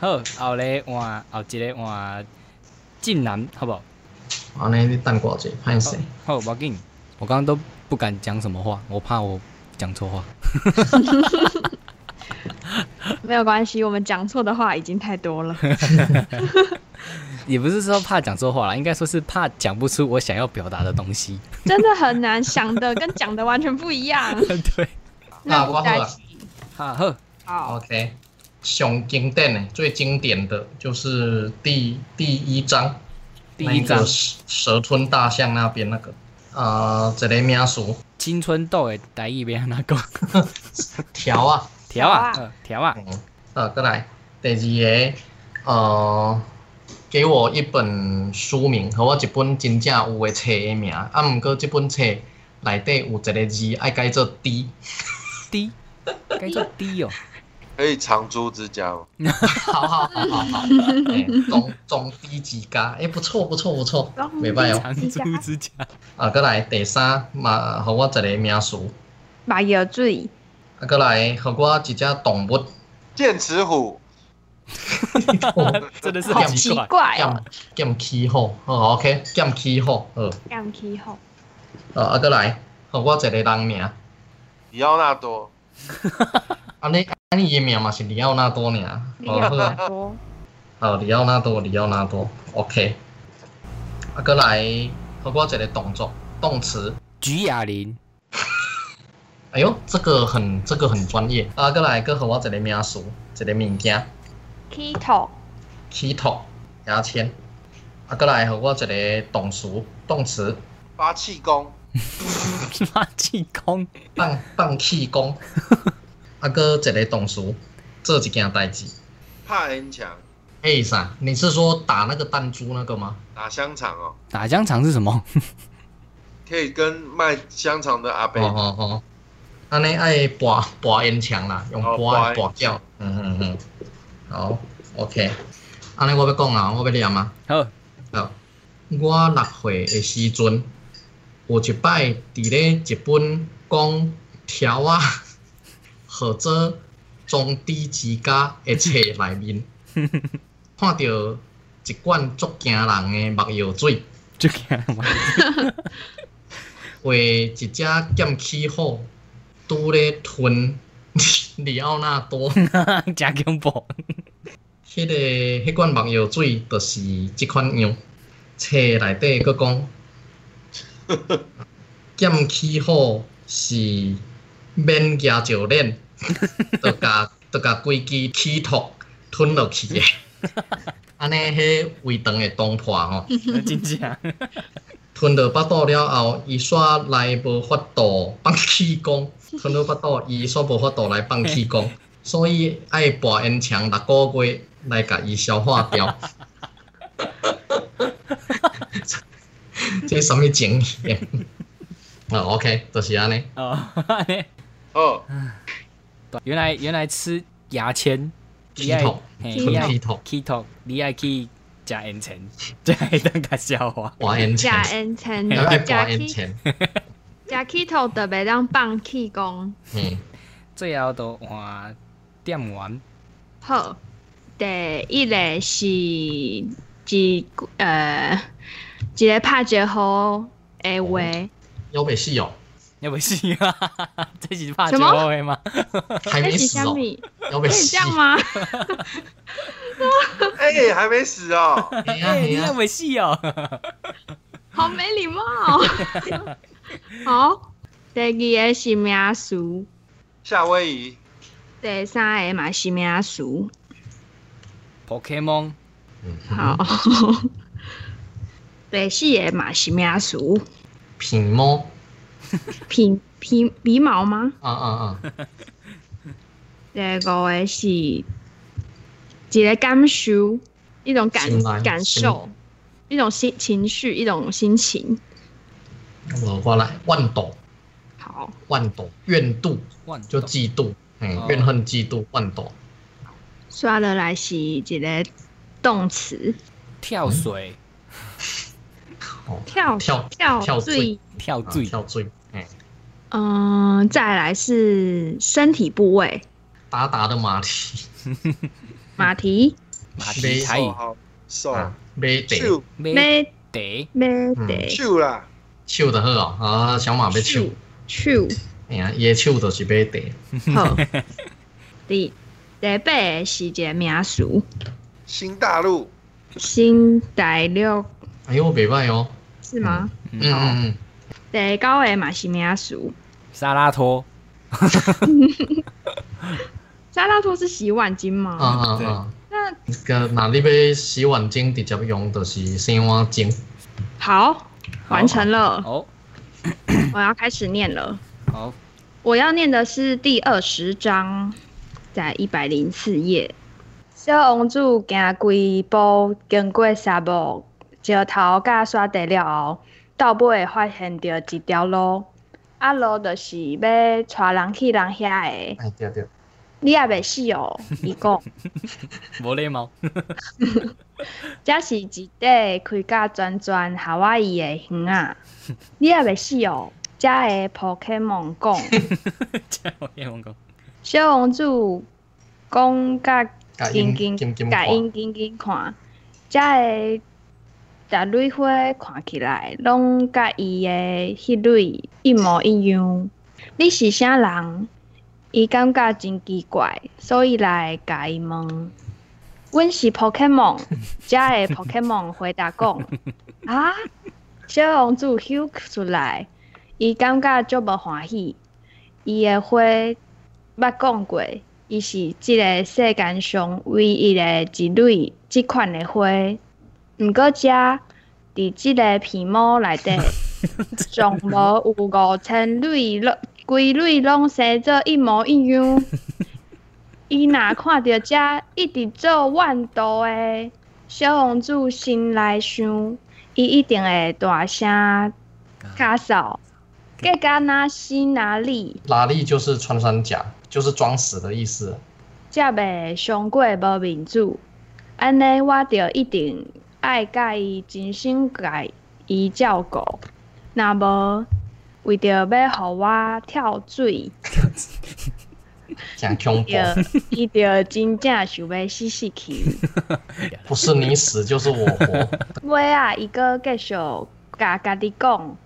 D: 好，后来换后一个换晋南，好不好？
A: 安尼你等我者，歹势。
D: 好，我紧，我刚刚都不敢讲什么话，我怕我讲错话。
C: 没有关系，我们讲错的话已经太多了。
D: 也不是说怕讲错话啦，应该说是怕讲不出我想要表达的东西。
C: 真的很难，想的跟讲的完全不一样。
D: 对，
C: 那
A: 我
C: 我
A: 好
C: 再
A: 了
D: 好，好，
C: 好，
A: OK，上经典的最经典的就是第第一章，
D: 第一章
A: 那个蛇蛇吞大象那边那个，呃，一个名词
D: 青春痘的台语要安怎讲？
A: 条啊，
C: 条
D: 条啊
C: 啊，
D: 呃条啊，
A: 嗯，呃，再来第二个，呃，给我一本书名和我一本真正有的册的名，啊，毋过这本册内底有一个字爱改做 D，
D: 低，该做 低哦。
B: 可以长租之家吗？
A: 好好好好好， 哎中中 D 之家，哎、不错不错不错，袂歹哦。
D: 长猪之家，
A: 啊，再来第三嘛，互我一个名词，
C: 马药水，
A: 啊，再来互我一只动物，
B: 剑齿虎，
D: 真的是
C: 哦好
D: 很
C: 奇
D: 奇怪。
C: 怪哦
A: 剑，剑起吼，好 OK，剑起吼，好，
C: 样起后
A: 呃，啊，再来互我一个人名，
B: 里奥纳多，
A: 安尼安尼伊的名嘛是里奥纳多尔，
C: 你
A: 哦
C: 有
A: 好啊，
C: 很多
A: 好里奥纳多，里奥纳多，OK，啊，再来互我一个动作动词，
D: 举哑铃，
A: 哎哟，这个很这个很专业，啊，再来佫互我一个名词，一个物件。
C: k i t o
A: 起头牙签，啊，再来，互我一个动词，动词
B: 八气功，
D: 垃圾公，
A: 放放气功，啊，搁一个动词做一件代志。
B: 怕恩强，
A: 哎啥？你是说打那个弹珠那个吗？
B: 打香肠哦，
D: 打香肠是什么？
B: 可以跟卖香肠的阿伯
A: 哦哦哦，安尼爱拔拔烟枪啦，用
B: 哦
A: 拔的
B: 拔
A: 拔叫。嗯嗯嗯，好，OK。安尼我要讲啊，我要念啊。
D: 好，
A: 啊，我六岁的时阵，有一摆伫咧一本讲条啊， 或者中低之家的册内面，看到一罐足惊人的目药水，
D: 就给他买。
A: 为一只剑气后，拄咧吞 里奥纳多，迄、
D: 加恐怖，
A: 个迄罐目药水就是即款样。册内底佫讲，剑气后是免惊石链， 就甲就甲规支气托吞落去的。安尼，迄胃肠会冻破吼。
D: 真正。
A: 吞落腹肚了后，伊煞来无法度放气 功，吞落腹肚，伊煞无法度来放气功，所以爱跋烟肠六个月来甲伊消化掉。 这是什么情形？ 啊、o k 就是安尼。
D: 哦，安尼
B: 哦，
D: 原来原来吃牙签，
A: 剃头，
D: 嘿
C: 吞
A: 吞剃头，
D: k 头，你爱去食烟 肠，才会当甲消化。
A: 拔烟
C: 食
A: 肠，
C: 烟肠，
A: 要爱拔
C: 食
A: 烟
C: 起
A: 肠。
C: 食起头特别当放气功。
A: 嗯，
D: 最后都换点完，
C: 好，第一个是一呃一个拍折好的话，
A: 哦要未死 哦，
D: 要不是啊， 这是怕
C: 什
D: 酒
C: 么
D: 后的吗？
A: 还
C: 这
A: 没
C: 是
A: 死
C: 虾
A: 哦，
C: 米？
A: 要未
C: 可以
A: 死
C: 这。样吗？
B: 哎、还没死哦。
A: 哎呀
D: 哎，
A: 哎
D: 你 要
A: 呀，
D: 不是哦？
C: 好没礼貌。哦 好，第二个是名词，
B: 夏威夷
C: 第三个嘛是名词。
D: Pokemon
A: 嗯
C: 好，第四个嘛是名词，
A: 品摸，
C: 皮皮皮毛吗？
A: 啊啊啊，
C: 第五个是一个感受，一种感
A: 心内
C: 感受，一种心情绪，一种心情。
A: 我过来，万斗，
C: 好，
A: 万斗，怨妒。
D: 万
A: 就嫉妒，嗯，
D: 哦
A: 怨恨、嫉妒、万斗，
C: 刷落来是一个动词，
D: 跳水、
A: 哦，
C: 跳
A: 跳
C: 跳
A: 跳
C: 最
A: 坠，
D: 跳
A: 啊
D: 坠、
A: 跳坠，哎，
C: 嗯、再来是身体部位，
A: 达达的马蹄，嗯
C: 马蹄、
D: 马蹄台语
B: 哦、好手
A: 啊，马蹄，
B: 秀
D: 马
C: 马
D: 蹄
C: 马
A: 嗯
C: 蹄、
B: 秀啦，
A: 手就好哦，啊，小马要手，
C: 手。
A: 哎呀，伊的手就是马蹄，
C: 好，第第八个是一个名词，
B: 新大陆
C: 新大陆
A: 哎呦，袂歹哦，
C: 是吗？
A: 嗯嗯嗯，
C: 第九个嘛是名词，
D: 沙拉托，
C: 沙拉托是洗碗巾吗？
A: 啊啊
D: 对
A: 啊，
C: 那
A: 个那你要洗碗巾直接用就是洗碗巾，
C: 好，完成了，
D: 哦，
C: 我要开始念了。
D: 好，
C: 我要念的是第二十章，在一百零四页。小王子行几步，经过沙漠、石头甲沙地了后，到尾发现着一条路，啊路就是要带人去人遐的。
A: 哎对对，
C: 你也袂死哦，伊讲，
D: 无礼貌，
C: 这是一块开甲转转夏威夷的园啊，你也袂死哦，遮个 Pokemon 讲。
D: 这我跟我讲，
C: 小王子讲甲
A: 甲
C: 金
A: 因
C: 金
A: 金金
C: 甲
A: 看，
C: 因金金看，才会达蕊花看起来拢甲伊诶迄蕊一模一样。你是啥人？伊感觉真奇怪，所以来甲伊问。阮是 Pokemon，才个 Pokemon 回答讲： 啊，小王子休出来，伊感觉足无欢喜。伊诶花捌讲过，伊是即个世间上唯一的一类即款的花。毋过遮伫即个皮毛内底，上无有五千类咯，规类拢生做一模一样。伊若看着遮一直做万度的小王子心内想，伊一定会大声咳嗽，计甲哪死哪啊里。
A: 拉力就是穿山甲，就是装死的意思，
C: 才袂伤过无面子。安尼我着一定爱甲伊真心甲伊照顾，若无为着要互我跳水，
A: 讲恐怖，
C: 对，伊就真正想要死死去。
A: 不是你死就是我活。
C: 尾啊，伊个继续甲家己讲，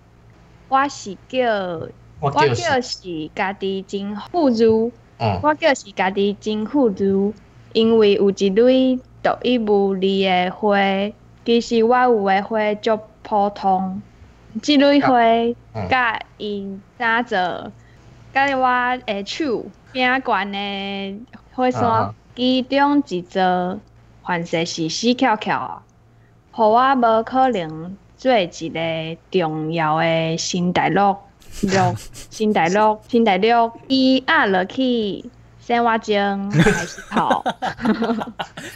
C: 我是叫
A: 我
C: 我
A: 哦就是
C: 叫是家己真富裕，
A: 嗯
C: 我叫是家己真富裕，因为有一蕊独一无二的花，其实我有的花足普通，即蕊花
A: 嗯
C: 甲因哪做，甲我的手边悬的火山
A: 啊，
C: 其中一座凡正是死翘翘啊，互我无可能做一个重要的新大陆。陆新大陆，新大陆，伊压落去生活中开始跑，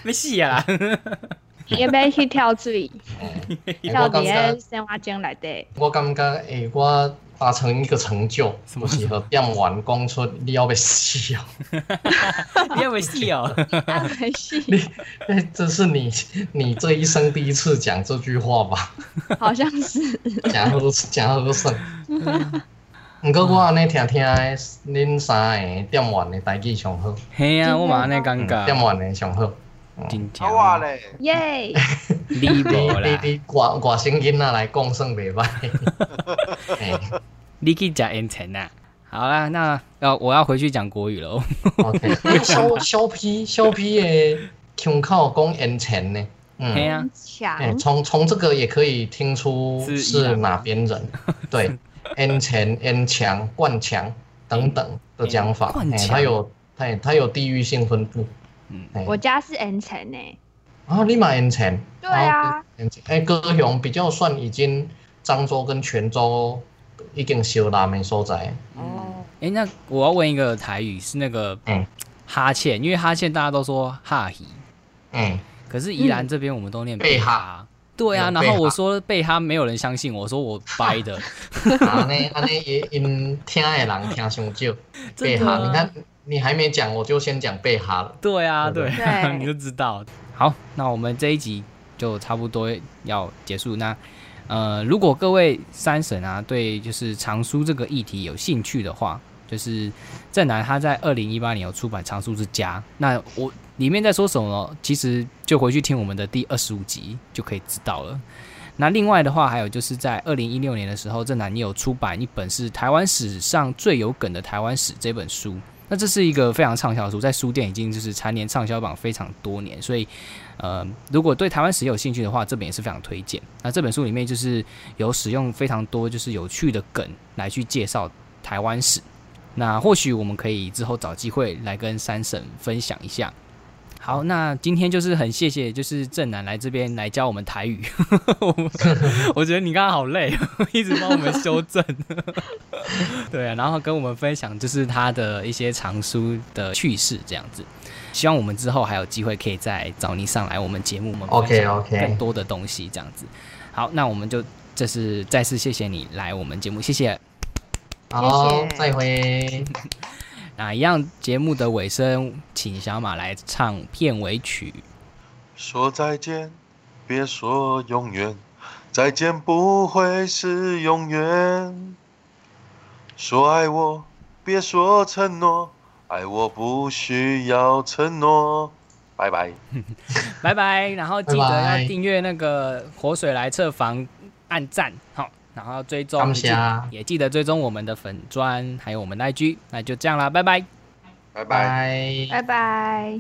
D: 没戏啊啦！
C: 伊要去跳水，
A: 嗯，欸
C: 跳
A: 我
C: 伫
A: 感觉
C: 个生活中内底。
A: 我感觉诶、欸我达成一个成就，
D: 什么
A: 我是和变完讲出你要被死 哦，
D: 你要没戏哦，
C: 啊，没事，
A: 欸这是你你这一生第一次讲这句话吧？
C: 好像是。
A: 讲好讲好算。毋过我安尼听听的，恁三个点完的代志上好，
D: 嘿啊，我嘛安尼感
A: 嗯点
D: 觉，
A: 完的上好。
D: 真
B: 啊哇
D: 正
B: 嘞，
C: 耶！
D: 你
A: 你
D: 无
A: 你
D: 啦，
A: 你外外省囡仔来讲算袂 歹。欸
D: 你去食烟尘啊。好啦，那要我要回去讲国语了哦。
A: OK，小小 P 小 P 的腔口讲烟尘呢，嗯。
D: 嘿啊，
A: 哎，
C: 强，
A: 从从这个也可以听出
D: 是伊
A: 是
D: 朗
A: 哪边人， 对，N 前、N 强、冠强等等的讲法，
D: 冠
A: 哎，
D: 强
A: 它有它也它有地域性分布，
D: 嗯，
A: 哎，
C: 我家是 N 层欸诶。
A: 啊，立马 N 前，
C: 对啊，
A: 然后，N 哎，高雄比较算已经漳州跟泉州已经小南的所在，
C: 哦，
D: 哎，那我要问一个台语，是那个
A: 嗯
D: 哈欠，因为哈欠大家都说哈希，
A: 嗯，
D: 可是宜兰这边我们都念
A: 贝
D: 哈。对啊，
A: 嗯
D: 然
A: 贝
D: 后
A: 哈
D: 我说贝哈，没有人相信我，说我掰 的，
A: 安尼安尼啊也因听的人听伤少，
D: 真
A: 贝
D: 的
A: 哈，
D: 啊
A: 你看你还没讲，我就先讲贝哈了，
D: 对啊，对啊，
C: 对
D: 你就知道。好，那我们这一集就差不多要结束。那呃，如果各位三省啊对就是藏书这个议题有兴趣的话，就是正南他在二零一八年有出版《藏书之家》，那我里面在说什么，其实就回去听我们的第二十五集就可以知道了。那另外的话，还有就是在二零一六年的时候，正南也有出版一本是《台湾史上最有梗的台湾史》这本书。那这是一个非常畅销的书，在书店已经就是蝉联畅销榜非常多年，所以呃，如果对台湾史有兴趣的话，这本也是非常推荐。那这本书里面就是有使用非常多就是有趣的梗来去介绍台湾史。那或许我们可以之后找机会来跟三省分享一下。好，那今天就是很谢谢，就是正南来这边来教我们台语。 我我觉得你刚刚好累， 一直帮我们修正。 对啊，然后跟我们分享就是他的一些藏书的趣事这样子。希望我们之后还有机会可以再找你上来我们节目，我们
A: OK，
D: 分享
A: OK
D: 更多的东西这样子。好，那我们就这是再次谢谢你来我们节目，谢谢。
A: 好，
C: 谢谢
A: 再会。
D: 那一样节目的尾声，请小马来唱片尾曲。
B: 说再见，别说永远，再见不会是永远。说爱我，别说承诺，爱我不需要承诺。拜拜。
D: 拜拜，然后记
A: 拜
D: 得
A: 拜
D: 要订阅那个活水来测房，按赞好，然后追踪，
A: 感
D: 也
A: 谢啊
D: 记也记得追踪我们的粉砖，还有我们的 IG，那就这样啦，拜拜。
B: 拜拜。
A: 拜。
C: 拜拜。